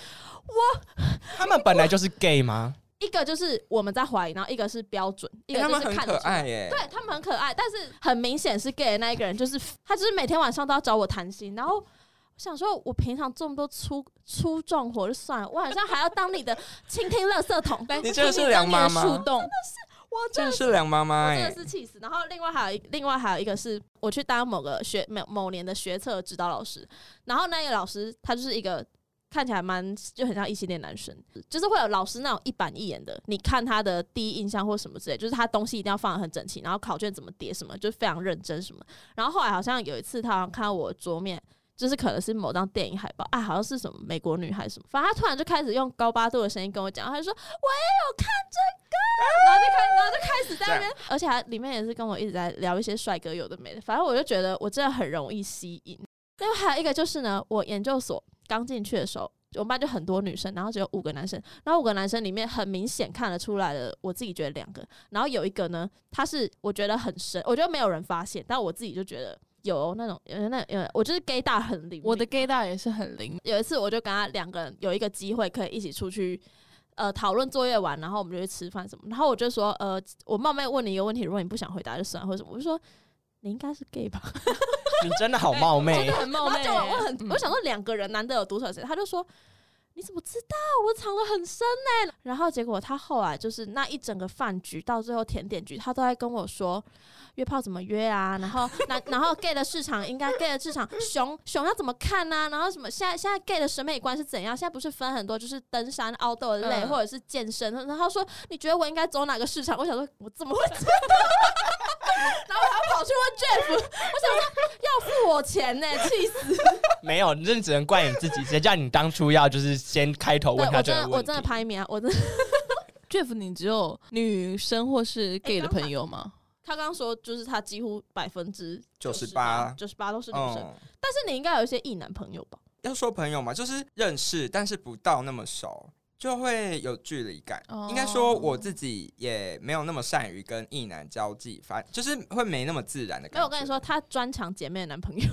S5: 他们本来就是 gay 吗？
S2: 一个就是我们在怀疑，然后一个是标准，一
S4: 因为
S2: 个
S4: 他
S2: 就
S4: 们
S2: 是
S4: 很
S2: 看
S4: 可
S2: 得出来。
S4: 爱耶、
S2: 对他们很可爱，但是很明显是 gay 的那一个人，就是他，就是每天晚上都要找我谈心，然后我想说，我平常这么多粗粗重活就算了，我好像还要当你的倾听垃圾桶，
S3: 来，
S4: 你真的是
S3: 听
S4: 梁
S3: 张你的
S4: 妈妈
S3: 树洞，
S2: 我真
S4: 真
S2: 的
S4: 的是梁妈妈
S2: 真
S4: 哎
S2: 的，是气死。然后另外还有一另外还有一个是我去当某个学某某年的学测指导老师，然后那个老师他就是一个看起来蛮就很像异性恋男生，就是会有老师那种一板一眼的，你看他的第一印象或什么之类，就是他东西一定要放的很整齐，然后考卷怎么叠什么，就是非常认真什么。然后后来好像有一次他好像看到我桌面。就是可能是某张电影海报啊，好像是什么美国女孩什么，反正他突然就开始用高八度的声音跟我讲，他就说然后就开，然后就开始在那边，而且还里面也是跟我一直在聊一些帅哥有的没的，反正我就觉得我真的很容易吸引。另外还有一个就是呢，我研究所刚进去的时候，我们班就很多女生，然后只有五个男生，然后五个男生里面很明显看得出来的，我自己觉得两个，然后有一个呢，他是我觉得很深，我觉得没有人发现，但我自己就觉得有那种有那有，我就是 gay 大很灵敏，
S3: 我的 gay 大也是很灵，
S2: 有一次我就跟他两个人有一个机会可以一起出去。呃，讨论作业完，然后我们就去吃饭什么。然后我就说，呃，我冒昧问你一个问题，如果你不想回答就算了，或者什么，我就说你应该是 gay 吧。
S5: 你真的好冒昧
S3: 很冒
S2: 然后
S3: 昧
S2: 就
S3: 欸。
S2: 我很，
S3: 嗯
S2: 我想说两个人难得有独处的时间，他就说你怎么知道我藏得很深呢、然后结果他后来就是那一整个饭局到最后甜点局，他都在跟我说约炮怎么约啊，然后然然后 gay 的市场应该 gay 的市场熊熊要怎么看呢、然后什么现在现在 gay 的审美观是怎样？现在不是分很多就是登山、outdoor 类、
S3: 嗯
S2: 或者是健身，然后他说你觉得我应该走哪个市场？我想说我怎么会知道？ (laughs) 然后我还跑去问 Jeff，我想说要付我钱呢、气死！
S5: (laughs) 没有，你真的只能怪你自己，谁叫你当初要就是先开头
S2: 对
S5: 问他
S2: 我
S5: 这
S2: 真
S5: 个
S2: 的我
S5: 问
S2: 真的
S5: 题？
S2: 拍名啊，我真的
S3: Jeff，你只有女生或是 gay 的朋友吗？
S2: 他刚刚说就是他几乎百分之
S4: 98
S2: 九十八都是女生，
S4: 嗯，
S2: 但是你应该有一些异男朋友吧？
S4: 要说朋友嘛，就是认识，但是不到那么熟，就会有距离感。
S3: 哦
S4: 应该说我自己也没有那么善于跟异男交际，反就是会没那么自然的感
S2: 没
S4: 觉。
S2: 有，我跟你说，，他专长姐妹的男朋友，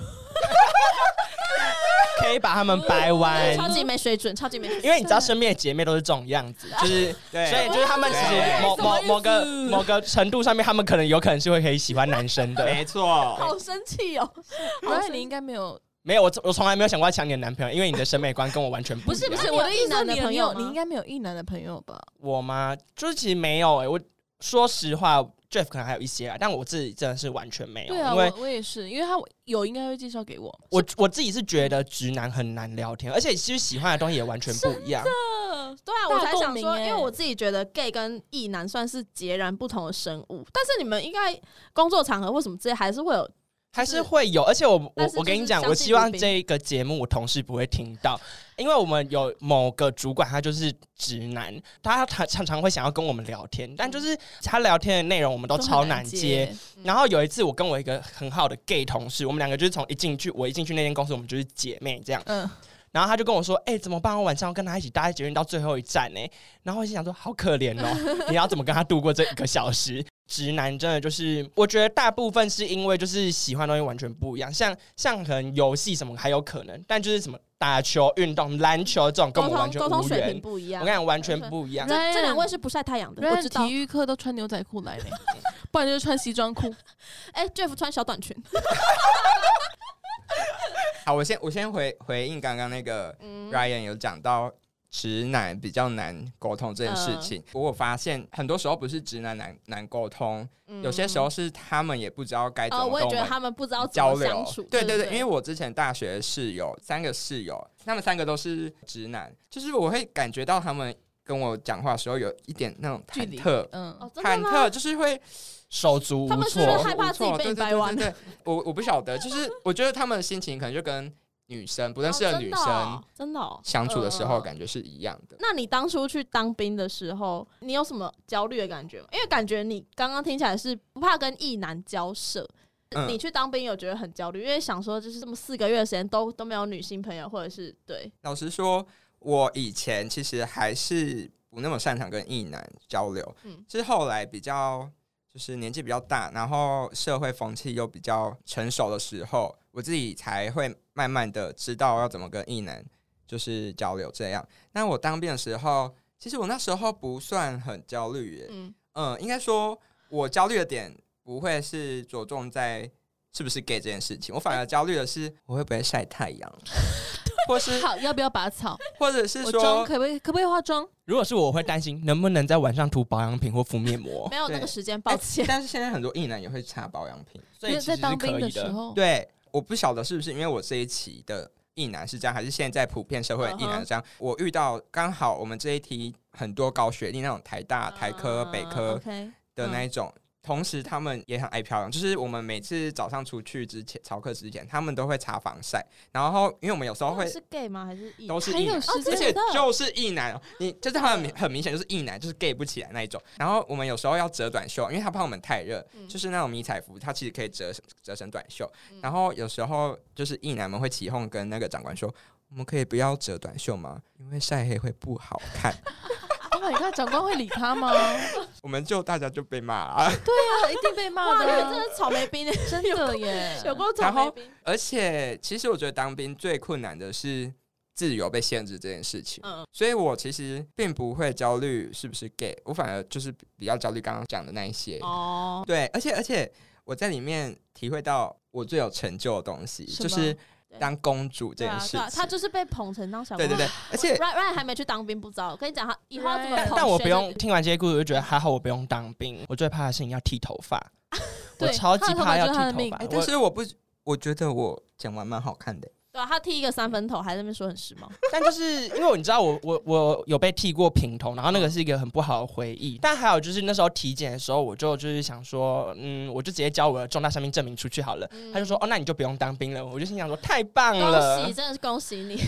S5: 可以把他们掰
S2: (laughs)
S5: 弯，
S2: 超级没水准，超级没水准。
S5: 因为你知道身边的姐妹都是这种样子，就是
S4: 对，
S5: 所以就是他们其实某某某个某个程度上面，他们可能有可能是会可以喜欢男生的。
S4: 没错，
S2: (laughs) 好生气哦！
S3: 我以为你应该没有，
S5: 没有，我我从来没有想过要抢你的男朋友，因为你的审美观跟我完全不
S3: 不
S5: 一
S3: 是
S5: 样
S3: 不是，
S2: 那你有
S3: 我的意
S2: 异
S3: 思说
S2: 男
S3: 你
S2: 的
S3: 有
S2: 朋
S3: 你
S2: 友
S3: 有
S2: 吗
S3: 你应该没有异男的朋友吧？
S5: 我吗？就是其实没有诶、欸我说实话，Jeff 可能还有一些啊，但我自己真的是完全没有，
S3: 对啊，
S5: 因为
S3: 我我也是，因为他有应该会介绍给我。
S5: 我我自己是觉得直男很难聊天，而且其实喜欢的东西也完全不一样。
S2: 对啊，
S3: 大
S2: 我才
S3: 共
S2: 想
S3: 鸣
S2: 说，因
S3: 欸
S2: 为我自己觉得 gay 跟异男算是截然不同的生物，但是你们应该工作场合或什么之类，还是会有
S5: 还是会有，而且我
S2: 但是
S5: 我
S2: 就是
S5: 我跟你讲，
S2: 相
S5: 我
S2: 敬
S5: 希望
S2: 如宾
S5: 这个节目我同事不会听到，因为我们有某个主管他就是直男，他他常常会想要跟我们聊
S2: 嗯
S5: 天，但就是他聊天的内容我们都
S3: 很
S5: 超难接，
S3: 接，
S2: 嗯
S5: 然后有一次，我跟我一个很好的 gay 同事，我们两个就是从一进去，我一进去那间公司，我们就是姐妹这样。
S3: 嗯，
S5: 然后他就跟我说：“哎、怎么办？我晚上要跟他一起搭捷运到最后一站呢、然后我心想说：“好可怜哦， (laughs) 你要怎么跟他度过这一个小时？” (laughs) 直男真的就是，我觉得大部分是因为就是喜欢的东西完全不一样，像像可能游戏什么还有可能，但就是什么打球、运动、篮球这种跟
S2: 沟
S5: 我们
S2: 通
S5: 完全
S2: 沟通
S5: 无
S2: 水平
S5: 缘。
S2: 不一
S5: 我
S2: 样
S5: 跟你。讲，完全不一样
S2: 这。这两
S3: Ryan
S2: 位是不晒太阳的，
S3: 然
S2: 我
S3: 后
S2: 知道
S3: 体。育课都穿牛仔裤来
S2: (laughs)
S3: 嘞，不然就是穿西装裤。
S2: 哎，Jeff 穿小短裙，
S4: 好，我先我先回回应刚刚那个
S2: 嗯，
S4: Ryan 有讲到直男比较难沟通这件事
S2: 嗯
S4: 情，我发现很多时候不是直男难难沟通，有些时候是他们也不知道该怎
S2: 嗯哦，
S4: 么
S2: 我
S4: 跟
S2: 也
S4: 我
S2: 觉得
S4: 们
S2: 他们不知道怎
S4: 交
S2: 么
S4: 流
S2: 相处。。
S4: 对
S2: 对
S4: 对对，因为我之前大学室友三个室友，他们三个都是直男，就是我会感觉到他们跟我讲话的时候有一点那种
S3: 距
S4: 忐
S3: 离
S4: 忑。
S2: 哦
S3: 嗯，，
S2: 真的
S4: 忐
S2: 吗？
S4: 忑就是会
S5: 手足
S2: 他
S5: 无
S2: 们是不是
S5: 措。
S2: 害怕自己
S4: 无措
S2: 被
S4: 对对
S2: 掰
S4: 对
S2: 弯
S4: 对对我我不晓得，就是我觉得他们的心情可能就跟女生不
S2: 哦
S4: 认识的
S2: 真
S4: 女
S2: 哦
S4: 生
S2: 真的哦。
S4: 相处的时候
S2: 嗯
S4: 感觉是一样的。
S2: 那你当初去当兵的时候，你有什么焦虑的感觉吗？因为感觉你刚刚听起来是不怕跟异男交涉。
S4: 嗯
S2: 你去当兵有觉得很焦虑，因为想说就是这么四个月的时间都都没有女性朋友，或者是对
S4: 老实说，我以前其实还是不那么擅长跟异男交流，
S2: 嗯
S4: 是后来比较就是年纪比较大，然后社会风气又比较成熟的时候，我自己才会慢慢的知道要怎么跟异男就是交流这样。那我当兵的时候，其实我那时候不算很焦虑耶，
S3: 嗯，
S4: 嗯，应该说我焦虑的点不会是着重在是不是 gay 这件事情，我反而焦虑的是我会不会晒太阳，
S3: (laughs)
S4: 或是
S3: (laughs) 好，要不要拔草？
S4: 或者是
S3: 我妆
S4: 说
S3: 可不可以可不可以化妆？
S5: 如果是我，我会担心能不能在晚上涂保养品或敷面膜
S2: (laughs) 没，有那个
S4: 对
S2: 时间，
S4: 哎
S2: 抱歉。
S4: 但是现在很多硬男也会擦保养品，
S5: 所以其
S3: 在
S5: 实是
S3: 当
S5: 可
S3: 兵
S5: 以
S3: 时
S5: 的。
S3: 候，
S4: 对，我不晓得是不是因为我这一期的硬男是这样，还是现在普遍社会的硬男是这样。我遇到刚好我们这一题很多高学历那种台大、台科、北
S2: 啊
S4: 科
S2: ，OK，
S4: 的那一种。同时，他们也很爱漂亮。就是我们每次早上出去之前、操课之前，他们都会擦防晒。然后，因为我们有时候会
S2: 是 gay 吗？还是异？
S4: 都是
S3: 还
S4: 硬
S3: 有
S4: 男，
S3: 时
S4: 而
S3: 间
S4: 且
S2: 真的嗯
S4: 就是硬男，你就是很明很明显就是硬男，就是 gay 不起来那一种。然后我们有时候要折短袖，因为他怕我们太热，
S2: 嗯
S4: 就是那种迷彩服，它其实可以折折成短袖。然后有时候就是硬男们会起哄跟那个长官说。我们可以不要折短袖吗？因为晒黑会不好
S2: (laughs)
S4: 看，
S3: Oh my god，长官会理他吗？
S4: 我们就大家就被骂
S2: (laughs)
S4: 啊。
S3: 他一定被骂
S2: 哇，那个
S3: 的啊
S2: 真，的草莓冰欸
S3: (laughs) 真的耶！
S2: 有过草
S4: 然
S2: 莓
S4: 后
S2: 冰，
S4: 而且其实我觉得当兵最困难的是自由被限制这件事情。
S2: 嗯，
S4: 所以我其实并不会焦虑是不是 gay，我反而就是比较焦虑刚刚讲的那一些。
S2: 哦，
S4: 对，而且而且我在里面体会到我最有成就的东西，
S3: 什么
S4: 就是
S2: 对
S4: 当公主这
S2: 对
S4: 件
S2: 啊，
S4: 事
S2: 对啊，他
S4: 情。
S2: 就是被捧成当小公
S4: 对
S2: 主
S4: 对。对，而且
S2: Ryan Ryan 还没去当兵，不知道。我跟你讲，他以后要怎么
S3: Ryan
S5: 但
S2: 捧
S5: 但我
S2: 学
S5: 不
S2: 历
S5: 用听完这些故事，我就觉得还好，我不用当兵。我最怕的是你要剃头
S3: (laughs)
S5: 发，我
S3: 啊对
S5: 超级
S3: 他的头
S5: 怕
S3: 发
S5: 要
S3: 就是
S5: 剃
S3: 他的
S5: 头
S3: 命
S5: 发
S4: 哎。，但
S5: 我
S4: 是我不，我觉得我讲完蛮好
S2: (laughs)
S4: 看的。
S2: 对啊，他剃一个三分头，还在那边说很时髦。
S5: 但就是因为你知道我我我有被剃过平头，然后那
S3: 嗯
S5: 个是一个很不好的回忆。但还有就是那时候体检的时候，我就就是想说，嗯，我就直接交我的重大伤病证明出去好了。
S3: 嗯
S5: 他就说，哦，那你就不用当兵了。我就心想说，太棒
S2: 恭
S5: 嗯了
S2: 喜，。真的是恭喜你。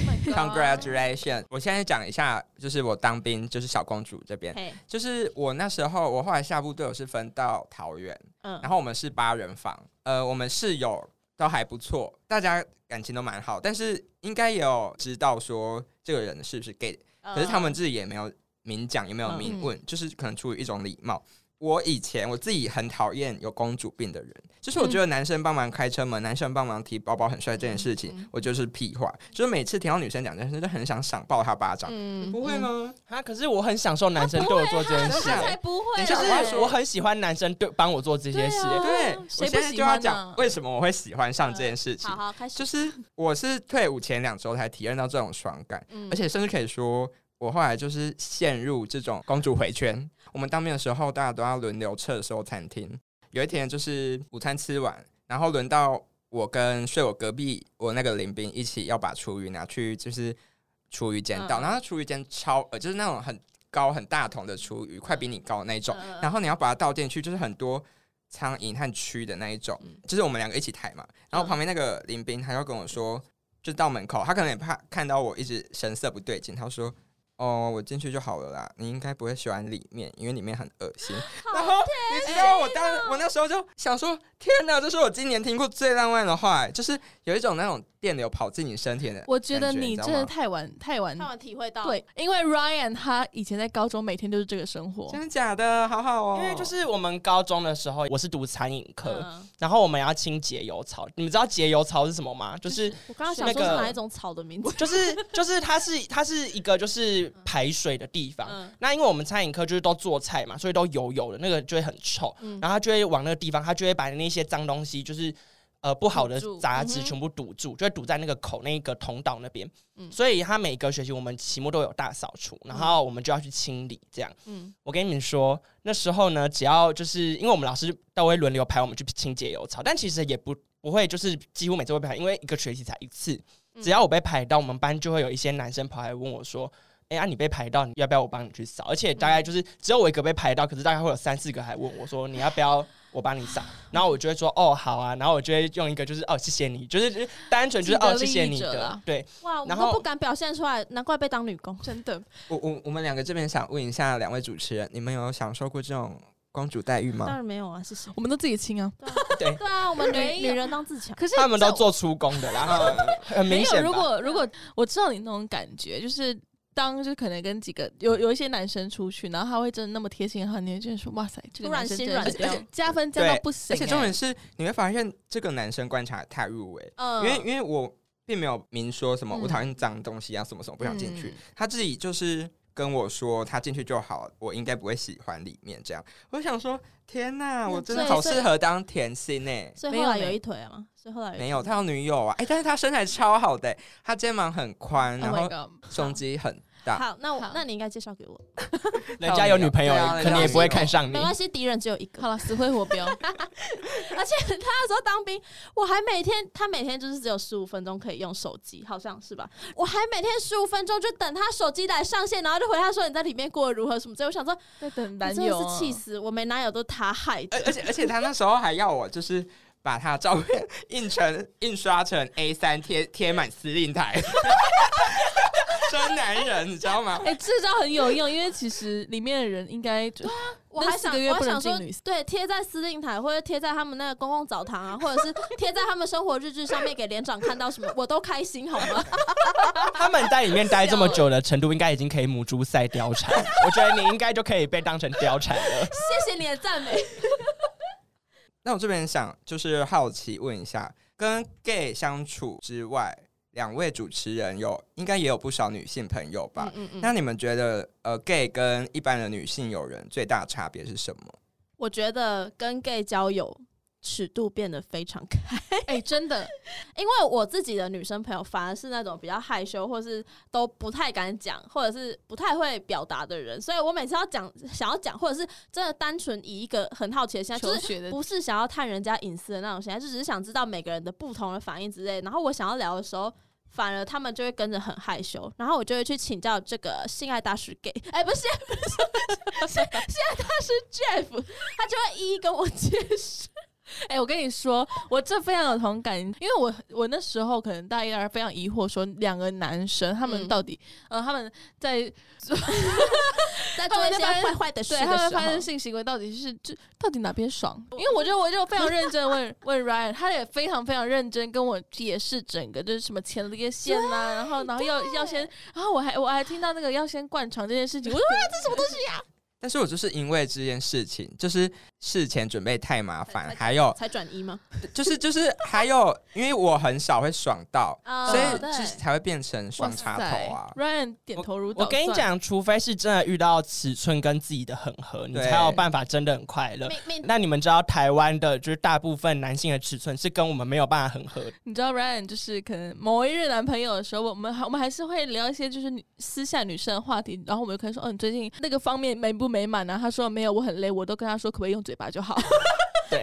S4: Congratulations！我现在讲一下，就是我当兵，就是小公主这边，
S2: 嘿，
S4: 就是我那时候，我后来下部队，我是分到桃园，
S2: 嗯
S4: 然，后我们是八人房，呃，我们室友都还不错，大家感情都蛮好，但是应该也有知道说这个人是不是 gay，可是他们自己也没有明讲，也没有明问，就是可能出于一种礼貌。我以前我自己很讨厌有公主病的人，就是我觉得男生帮忙开车门，男生帮忙提包包很帅这件事情，我就是屁话，就是每次听到女生讲这件事，就很想赏爆她巴掌。
S2: 嗯，
S4: 不会吗？
S5: 啊，可是我很享受
S3: 哦
S5: 男生对我做这件
S4: 不
S5: 事
S4: 会啊，
S2: 才不会
S4: 你
S2: 嘞，
S4: 就是
S5: 我是我很喜欢男生对帮我做这些事。
S3: 啊对啊
S4: 对，
S3: 谁不
S4: 我现在
S3: 喜
S4: 就要
S3: 欢
S4: 讲
S3: 啊
S4: 为什么我会喜欢上这件事
S2: 嗯
S4: 情
S2: 好。好开始，
S4: 就是我是退伍前两周才体验到这种爽感，
S2: 嗯
S4: 而且甚至可以说，我后来就是陷入这种公主回圈。我们当面的时候，大家都要轮流撤收餐厅。有一天就是午餐吃完，然后轮到我跟睡我隔壁我那个林兵一起要把厨余拿去就是厨余间倒，
S2: 嗯
S4: 然后厨余间超呃就是那种很高很大桶的厨余，快比你高的那一种，然后你要把它倒进去，就是很多苍蝇和蛆的那一种，就是我们两个一起抬嘛。然后旁边那个林兵他就跟我说，就到门口，他可能也怕看到我一直神色不对劲，他说。哦，我进去就好了啦。你应该不会喜欢里面，因为里面很恶心。然后你知道我当我那时候就想说，天哪，这是我今年听过最浪漫的话，就是有一种那种电流跑进你身体的。
S3: 嗯我觉得你真的
S4: 感觉知道吗
S3: 太晚太晚
S2: 他们体会到，
S3: 对，因为 Ryan 他以前在高中每天就是这个生活，
S4: 真的假的，好好哦。
S5: 因为就是我们高中的时候，我是读餐饮科，
S2: 嗯，
S5: 然后我们要清洁油槽。你们知道节油槽是什么
S2: (laughs)
S5: 吗？就是
S2: 我刚刚想说是哪一种草的名字，
S5: 就是就是它是它是一个就是排水的地方。
S2: 嗯
S5: 那因为我们餐饮科就是都做菜嘛，所以都油油的，那个就会很臭。
S2: 嗯
S5: 然后它就会往那个地方，它就会把那些脏东西，就是呃不好的
S2: 堵住
S5: 杂质
S2: 嗯哼
S5: 全部堵住，就会堵在那个口那个通道那边。
S2: 嗯
S5: 所以它每个学期我们期末都有大扫除，然后我们就要去清理这样。
S2: 嗯，
S5: 我跟你们说，那时候呢，只要就是因为我们老师都会轮流排我们去清洁油槽，但其实也不不会就是几乎每次会排，因为一个学期才一次。
S3: 嗯
S5: 只要我被排到，我们班就会有一些男生跑来问我说：“哎、啊，你被排到，你要不要我帮你去扫？”而且大概就是只有我一个被排到，可是大概会有三四个还问我说：“你要不要我帮你扫？”
S3: (laughs)
S5: 然后我就会说：“哦，好啊。”然后我就会用一个就是“哦，谢谢你”，就是就是单纯就是“
S3: 既得
S5: 哦，谢谢
S3: 利益 (laughs)
S5: 你
S3: 者
S5: 的
S3: 啦”，
S5: 对，
S2: 哇，我们
S5: 然
S2: 都
S5: 后
S2: 不敢表现出来，难怪被当女工。
S3: (laughs) 真的
S4: 我我我们两个这边想问一下两位主持人，你们有享受过这种公主待遇
S2: 当
S4: 吗？
S2: 然没有啊，谢谢。
S3: 我们都自己清啊。
S5: 对
S2: 对啊，我们女
S3: 没
S2: 女
S3: 有
S2: 人当自强。
S3: 可是
S5: 他们都
S3: 这
S5: 做出工的
S3: (laughs)
S5: 啦，很
S3: 没
S5: 明
S3: 有。
S5: 显
S3: 如
S5: 吧。
S3: 果如果我知道你那种感觉，就是当就是可能跟几个有有一些男生出去，然后他会真的那么贴心，然后你会觉得说哇塞，这个
S2: 突然
S3: 男生
S2: 心
S3: 真的
S2: 软
S3: 是
S2: 掉
S3: 而且加分加到
S4: 对
S3: 不行、
S4: 而且重
S3: 欸
S4: 点是，你会发现这个男生观察得太入微，
S2: 嗯
S4: 因为因为我并没有明说什么
S3: 嗯
S2: 嗯
S4: 我讨厌脏东西啊什么什么不想进去，他自己就是跟我说他进去就好，我应该不会喜欢里面这样。我想说，天哪，
S2: 嗯
S4: 我真的好适合当甜心呢、
S2: 所以
S3: 没
S2: 后
S3: 有
S2: 来
S3: 没
S2: 有一腿啊嘛，所以后来
S4: 没有，他有女友啊，哎、但是他身材超好的、欸他肩膀很宽，然
S3: Oh
S4: 后
S3: my god！
S4: 胸肌很
S2: 有。
S4: 大。
S2: 好，那我
S3: 好
S2: 那你应该介绍给我，
S5: 人家有女朋友
S4: 对啊，
S5: 可能也不会看上你
S2: 没。关系，敌人只有一个。
S3: 好了，死灰活
S2: (laughs)
S3: 标，
S2: 而且他那时候当兵，我还每天他每天就是只有十五分钟可以用手机，好像是吧？我还每天十五分钟就等他手机来上线，然后就回他说你在里面过得如何什么之类。我想说，
S3: 在等
S2: 你
S3: 男
S2: 真的
S3: 友啊哎
S2: 是气死，我没男友都他害的
S4: 而。而且而且他那时候还要我就是把他的照片印成印刷成 A 三贴贴满司令台， (laughs) 真男人你知道吗？
S3: 哎，这招很有用，因为其实里面的人应该就
S2: 我还
S3: 那四
S2: 想，
S3: 个月
S2: 我还
S3: 不能
S2: 想说
S3: 进女，
S2: 对，贴在司令台，或者贴在他们那个公共澡堂啊，或者是贴在他们生活日志上面给连长看到什么，我都开心好
S3: (laughs)
S2: 吗？
S5: 他们在里面待这么久的程度，应该已经可以母猪赛貂
S2: (laughs)
S5: 蝉。我觉得你应该就可以被当成貂蝉了。
S2: 谢谢你的赞美。
S4: 那我这边想就是好奇问一下，跟 gay 相处之外，两位主持人有应该也有不少女性朋友吧？
S2: 嗯嗯
S4: 那你们觉得呃，gay 跟一般的女性友人最大的差别是什么？
S2: 我觉得跟 gay 交友尺度变得非常开，
S3: 哎，真的
S2: 因为我自己的女生朋友反而是那种比较害羞，或是都不太敢讲，或者是不太会表达的人，所以我每次要讲想要讲，或者是真的单纯以一个很好奇的心态，就
S3: 求
S2: 是
S3: 学的
S2: 不是想要探人家隐私的那种心态，就只是想知道每个人的不同的反应之类。然后我想要聊的时候，反而他们就会跟着很害羞，然后我就会去请教这个性爱大师 gay，哎、 (laughs) 不是，不是，性爱大师 Jeff，他就会一一跟我解释。
S3: 哎、我跟你说，我这非常有同感，因为我我那时候可能大一、大二非常疑惑，说两个男生他们
S2: 嗯
S3: 到底，呃，他们在
S2: 在
S3: 他
S2: 做
S3: 们
S2: 一些
S3: 在发
S2: 坏坏的事
S3: 对他
S2: 的
S3: 们
S2: 时
S3: 发生
S2: 候，
S3: 性行为到底是就到底哪边爽？因为我就我就非常认真地问问 Ryan，他也非常非常认真跟我解释整个就是什么前列腺呐、然后然后要要先，然后我还我还听到那个要先灌肠这件事
S4: (laughs)
S3: 情，我说啊这什么东西呀、
S4: 但是我就是因为这件事情，就是事前准备太麻烦，还有
S2: 才转移吗？
S4: 就是就是还有，因为我很少会爽到，
S2: 啊
S4: 所以
S2: 对
S4: 就是才会变成双插头啊。
S3: r y a n 点头如捣
S5: 我跟你
S3: 蒜，
S5: 讲，除非是真的遇到尺寸跟自己的很合，你
S4: 对
S5: 才有办法真的很快乐。
S2: 命命
S5: 那你们知道台湾的，就是大部分男性的尺寸是跟我们没有办法很
S2: (laughs)
S5: 合的。
S3: 你知道 Ryan 就是可能某一任男朋友的时候，我们还我们还是会聊一些就是女私下女生的话题，然后我们就可能说，嗯、你最近那个方面美不美满啊？他说没有，我很累，我都跟他说可不可以用嘴巴就好。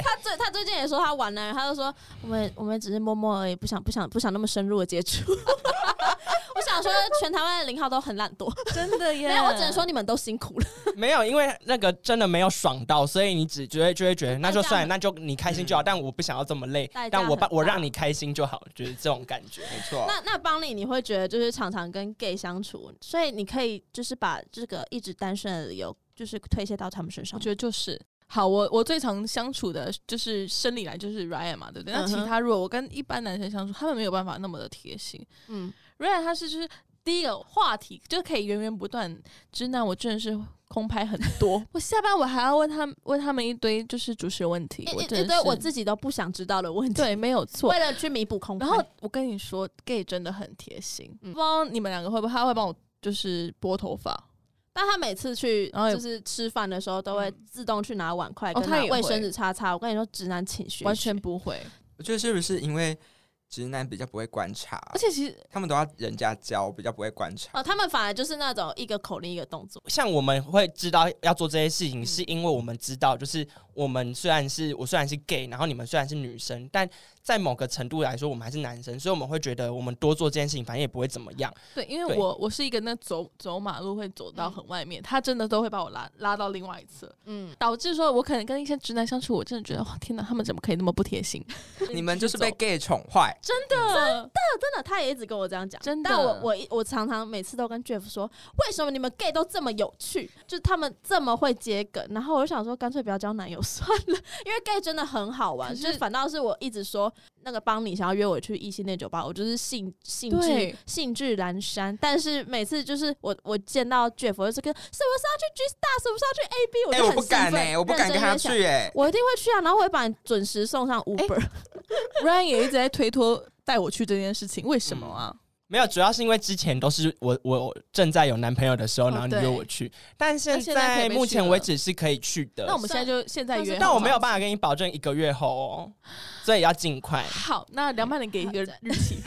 S2: 他最他最近也说他玩了，他就说我们我们只是摸摸而已，不想不想不想那么深入的接触。 (laughs) 我想说，全台湾的零号都很懒惰，
S3: 真的耶
S2: 没有，我只能说你们都辛苦了。
S5: 没有，因为那个真的没有爽到，所以你只就会就会觉得那就算了，
S2: 大
S5: 那就你开心就好。但我不想要这么累
S2: 代，价
S5: 但我把
S2: 很大
S5: 我让你开心就好，就是这种感觉。
S4: 没错，
S2: 那那邦尼，你会觉得就是常常跟 gay 相处，所以你可以就是把这个一直单身的理由，就是推卸到他们身上
S3: 我。觉得就是好，我我最常相处的就是生理来就是 Ryan 嘛，对不对？那其
S2: 嗯哼
S3: 他如果我跟一般男生相处，他们没有办法那么的贴心。
S2: 嗯，
S3: Ryan 他是就是第一个话题就可以源源不断，直男我真的是。空拍很多， (laughs) 我下班我还要问他问他们一堆就是主持人问题
S2: 一，
S3: 我
S2: 一
S3: 真
S2: 一
S3: 的
S2: 堆
S3: 是
S2: 我自己都不想知道的问题，
S3: 对没有错
S2: 为。了去弥补空白。
S3: 然后我跟你说，gay 真的很贴心，
S2: 嗯
S3: 不知道你们两个会不会，他会帮我就是拨头发，
S2: 但他每次去
S3: 然后也
S2: 就是吃饭的时候，都会自动去拿碗筷
S3: 哦
S2: 跟
S3: 他
S2: 拿
S3: 也
S2: 卫
S3: 会
S2: 生纸擦擦。我跟你说，直男情绪
S3: 完全不会。
S4: 我觉得是不是因为直男比较不会观察，
S3: 而且其实
S4: 他们都要人家教，比较不会观察。
S2: 哦，他们反而就是那种一个口令一个动作。
S5: 像我们会知道要做这些事
S3: 嗯
S5: 情，是因为我们知道，就是我们虽然是我虽然是 gay，然后你们虽然是女生，但在某个程度来说，我们还是男生，所以我们会觉得我们多做这件事情，反正也不会怎么样。
S3: 对，因为
S5: 对
S3: 我我是一个那走走马路会走到很外面，他真的都会把我拉拉到另外一侧，
S2: 嗯，
S3: 导致说我可能跟一些直男相处，我真的觉得哇天哪，他们怎么可以那么不贴心？
S4: 你们就是被
S3: 走
S4: gay 宠坏，
S3: 真的
S2: (laughs) 真的，他也一直跟我这样讲。
S3: 真的
S2: 但我我一我常常每次都跟 Jeff 说，为什么你们 gay 都这么有趣，就是他们这么会接梗。然后我就想说，干脆不要交男友算了，因为 gay 真的很好玩。
S3: 可是
S2: 就是反倒是我一直说，那个邦尼想要约我去异性恋酒吧，我就是兴兴致
S3: 对
S2: 兴致阑珊。但是每次就是我我见到 Jeff，我就是跟什么时候要去 G Star，什么时候要去 AB，我
S4: 哎、
S2: 就
S4: 我
S2: 很
S4: 不敢
S2: 兴奋
S4: 哎、我不敢跟他。
S2: 认真约起来
S4: 去哎、
S2: 我一定会去啊，然后我会把你准时送上 Uber。
S3: ，Ryan 也一直在推脱带我去这件事情，为什么啊？
S5: 没有，主要是因为之前都是我我正在有男朋友的时候，
S3: 哦
S5: 然后你约我去，但现
S3: 那现在可以
S5: 在
S3: 被
S5: 目
S3: 去
S5: 前
S3: 了
S5: 为止是可以去的。
S3: 那我们现在就现在约好吗，
S5: 嗯但我没有办法跟你保证一个月后哦，所以要尽快。
S3: 好，那凉拌你给一个日期，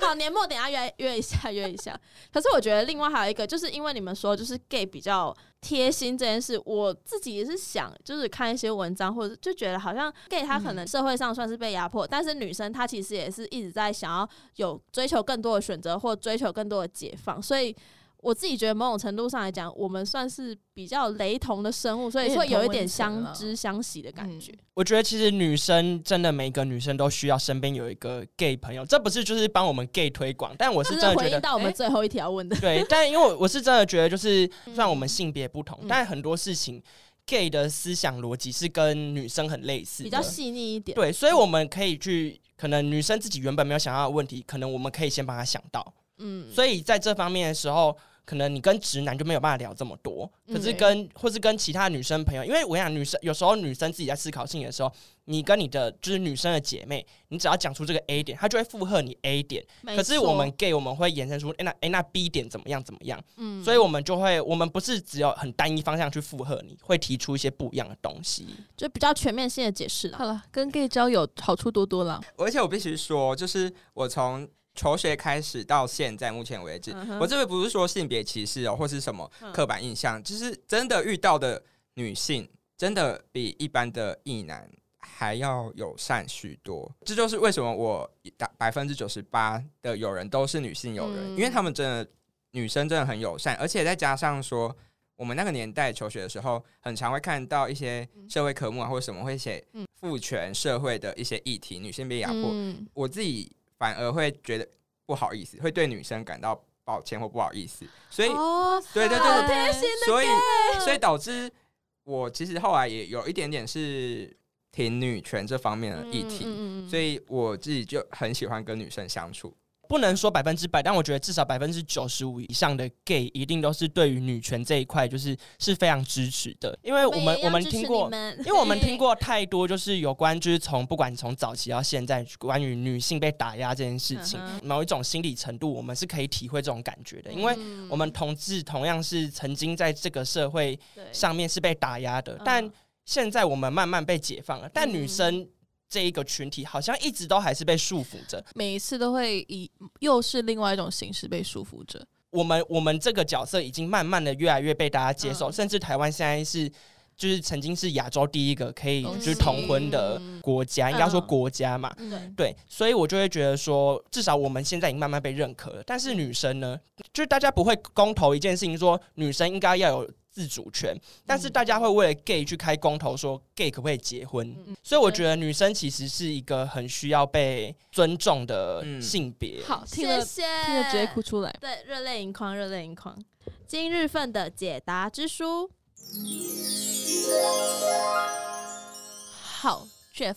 S2: 好，年末等一下约约一下 (laughs) 约一下。可是我觉得另外还有一个，就是因为你们说就是 gay 比较贴心这件事，我自己也是想，就是看一些文章或者就觉得好像 gay 他
S3: 嗯
S2: 可能社会上算是被压迫，但是女生她其实也是一直在想要有追求更多的选择或追求更多的解放，所以。我自己觉得某种程度上来讲，我们算是比较雷同的生物，所以
S3: 有点
S2: 会有一
S3: 同温
S2: 点
S3: 层
S2: 相
S3: 了
S2: 知相惜的感
S3: 嗯
S2: 觉。
S5: 我觉得其实女生真的每一个女生都需要身边有一个 gay 朋友，这不是就是帮我们 gay 推广，但我是
S2: 这
S5: 真
S2: 是
S5: 的觉
S2: 回应
S5: 得。
S2: 到我们
S3: 哎
S2: 最后一条问的，
S5: 对，但因为我是真的觉得，就是虽然我们
S2: 嗯
S5: 性别不同，
S3: 嗯
S5: 但很多事情 gay 的思想逻辑是跟女生很类似的，
S2: 比较嗯细腻一点。
S5: 对，所以我们可以去，可能女生自己原本没有想到的问题，可能我们可以先帮她想到。
S2: 嗯，
S5: 所以在这方面的时候，可能你跟直男就没有办法聊这么多，
S2: 嗯
S5: 可是跟、或是跟其他女生朋友，因为我想女生有时候女生自己在思考事情的时候，你跟你的就是女生的姐妹，你只要讲出这个 A 点，她就会附和你 A 点。
S2: 没
S5: 可是我们
S2: 错，
S5: gay 我们会延伸出，哎、那哎、诶那 B 点怎么样怎么样？
S2: 嗯
S5: 所以我们就会我们不是只有很单一方向去附和你，会提出一些不一样的东西。
S2: 就比较全面性的解释啦。
S3: 好了，跟 gay 交友好处多多了。
S4: 而且我必须说，就是我从求学开始到现在，目前为止，
S2: 嗯哼
S4: 我这个不是说性别歧视哦，或是什么
S2: 嗯
S4: 刻板印象，就是真的遇到的女性，真的比一般的异男还要友善许多。这就是为什么我打百分之九十八的友人都是女性友人，
S2: 嗯
S4: 因为他们真的女生真的很友善，而且再加上说。我们那个年代求学的时候，很常会看到一些社会科目啊，或者什么会写
S2: 嗯
S4: 父权社会的一些议题，女性被压迫，
S2: 嗯，
S4: 我自己反而会觉得不好意思，会对女生感到抱歉或不好意思，所以、
S2: 哦，
S4: 对对
S2: 好
S4: 对，
S2: 贴心的，
S4: 所以所以导致我其实后来也有一点点是挺女权这方面的议题，
S2: 嗯
S4: 所以我自己就很喜欢跟女生相处。
S5: 不能说百分之百，但我觉得至少百分之九十五以上的 gay 一定都是对于女权这一块就是是非常支持的，因为我们我们听过，因为我们听
S2: (laughs)
S5: 过太多就是有关就是从不管从早期到现在关于女性被打压这件事情
S2: 嗯，
S5: 某一种心理程度，我们是可以体会这种感觉的，因为
S2: 嗯
S5: 我们同志同样是曾经在这个社会上面是被打压的
S2: 嗯，
S5: 但现在我们慢慢被解放了，但女生这一个群体好像一直都还是被束缚着。
S3: 每一次都会以又是另外一种形式被束缚着。
S5: 我们我们这个角色已经慢慢的越来越被大家接受，
S3: 嗯
S5: 甚至台湾现在是就是曾经是亚洲第一个可以
S3: 恭
S5: 就
S3: 喜
S5: 是同婚的国家，
S2: 嗯
S5: 应该说国家嘛。
S2: 对，
S5: 对，所以我就会觉得说，至少我们现在已经慢慢被认可了。但是女生呢，就是大家不会公投一件事情说女生应该要有自主权，但是大家会为了 gay 去开公投说 gay 可不可以结婚。
S2: 嗯
S5: 所以我觉得女生其实是一个很需要被尊重的
S4: 嗯
S5: 性别。
S3: 好，听
S2: 谢
S3: 了
S2: 谢，
S3: 听了直接哭出来。
S2: 对，热泪盈眶，热泪盈眶。今日份的解答之书，
S3: 好，Jeff，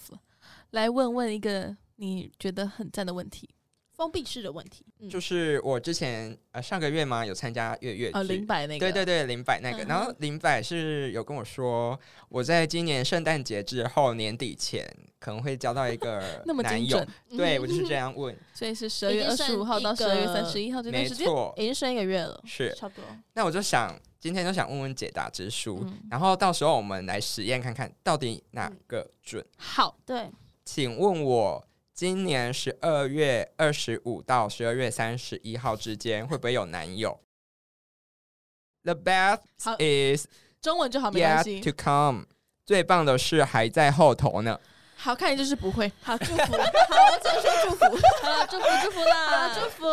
S3: 来问问一个你觉得很赞的问题
S2: 封闭式的问题，嗯
S4: 就是我之前呃上个月嘛有参加月月
S3: 啊，
S4: 剧
S3: 林百那个，
S4: 呃
S3: 嗯
S4: 对对对，林柏那个，然后林柏是有跟我说，我在今年圣诞节之后年底前可能会交到一
S3: (laughs)
S4: 个
S3: 那么
S4: 男
S3: 精
S4: 友
S3: 准，，嗯
S4: 对我就是这样
S3: (laughs)
S4: 问，
S3: 所以是十二
S2: 已
S3: 月
S2: 经
S3: 二
S2: 剩
S3: 十五号到
S2: 一
S3: 十
S2: 个
S3: 二月三十一号这段
S4: 没
S3: 时间。
S4: 错，
S2: 已经剩一个月了，
S4: 是。
S2: 差不多。
S4: 那我就想今天就想问问解答之书，
S3: 嗯
S4: 然后到时候我们来实验看看到底哪个准。
S3: 好，
S2: 对，
S4: 请问我今年十二月二十五到十二月三十一号之间会不会有男友？The best
S3: 好
S4: is
S3: 中文就好，没关
S4: yet
S3: 系
S4: to。come。最棒的是还在后头呢。
S3: 好看，就是不会。
S2: 好祝福，好，我只能说祝福。
S3: (laughs) 好了，祝福祝福啦，
S2: 好，祝福。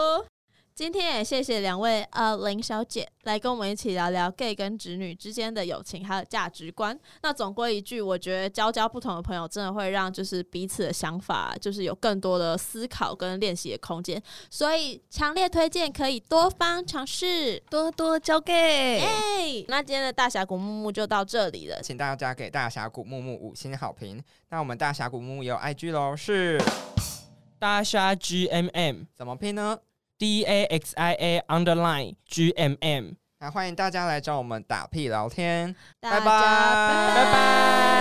S2: 今天也谢谢两位呃林小姐来跟我们一起聊聊 gay 跟直女之间的友情还有价值观。那总归一句，我觉得交交不同的朋友，真的会让就是彼此的想法就是有更多的思考跟练习的空间。所以强烈推荐可以多方尝试。
S3: 多多交给。
S2: 哎，那今天的大峡谷木木就到这里了。
S4: 请大家给大峡谷木木五星好评。那我们大峡谷木木也有 IG 喽，是
S5: 大虾 GMM
S4: 怎么拼呢？
S5: D A X I A underline G M M。
S4: 那欢迎大家来找我们打屁聊天。
S2: 大家
S4: 拜拜
S2: 拜拜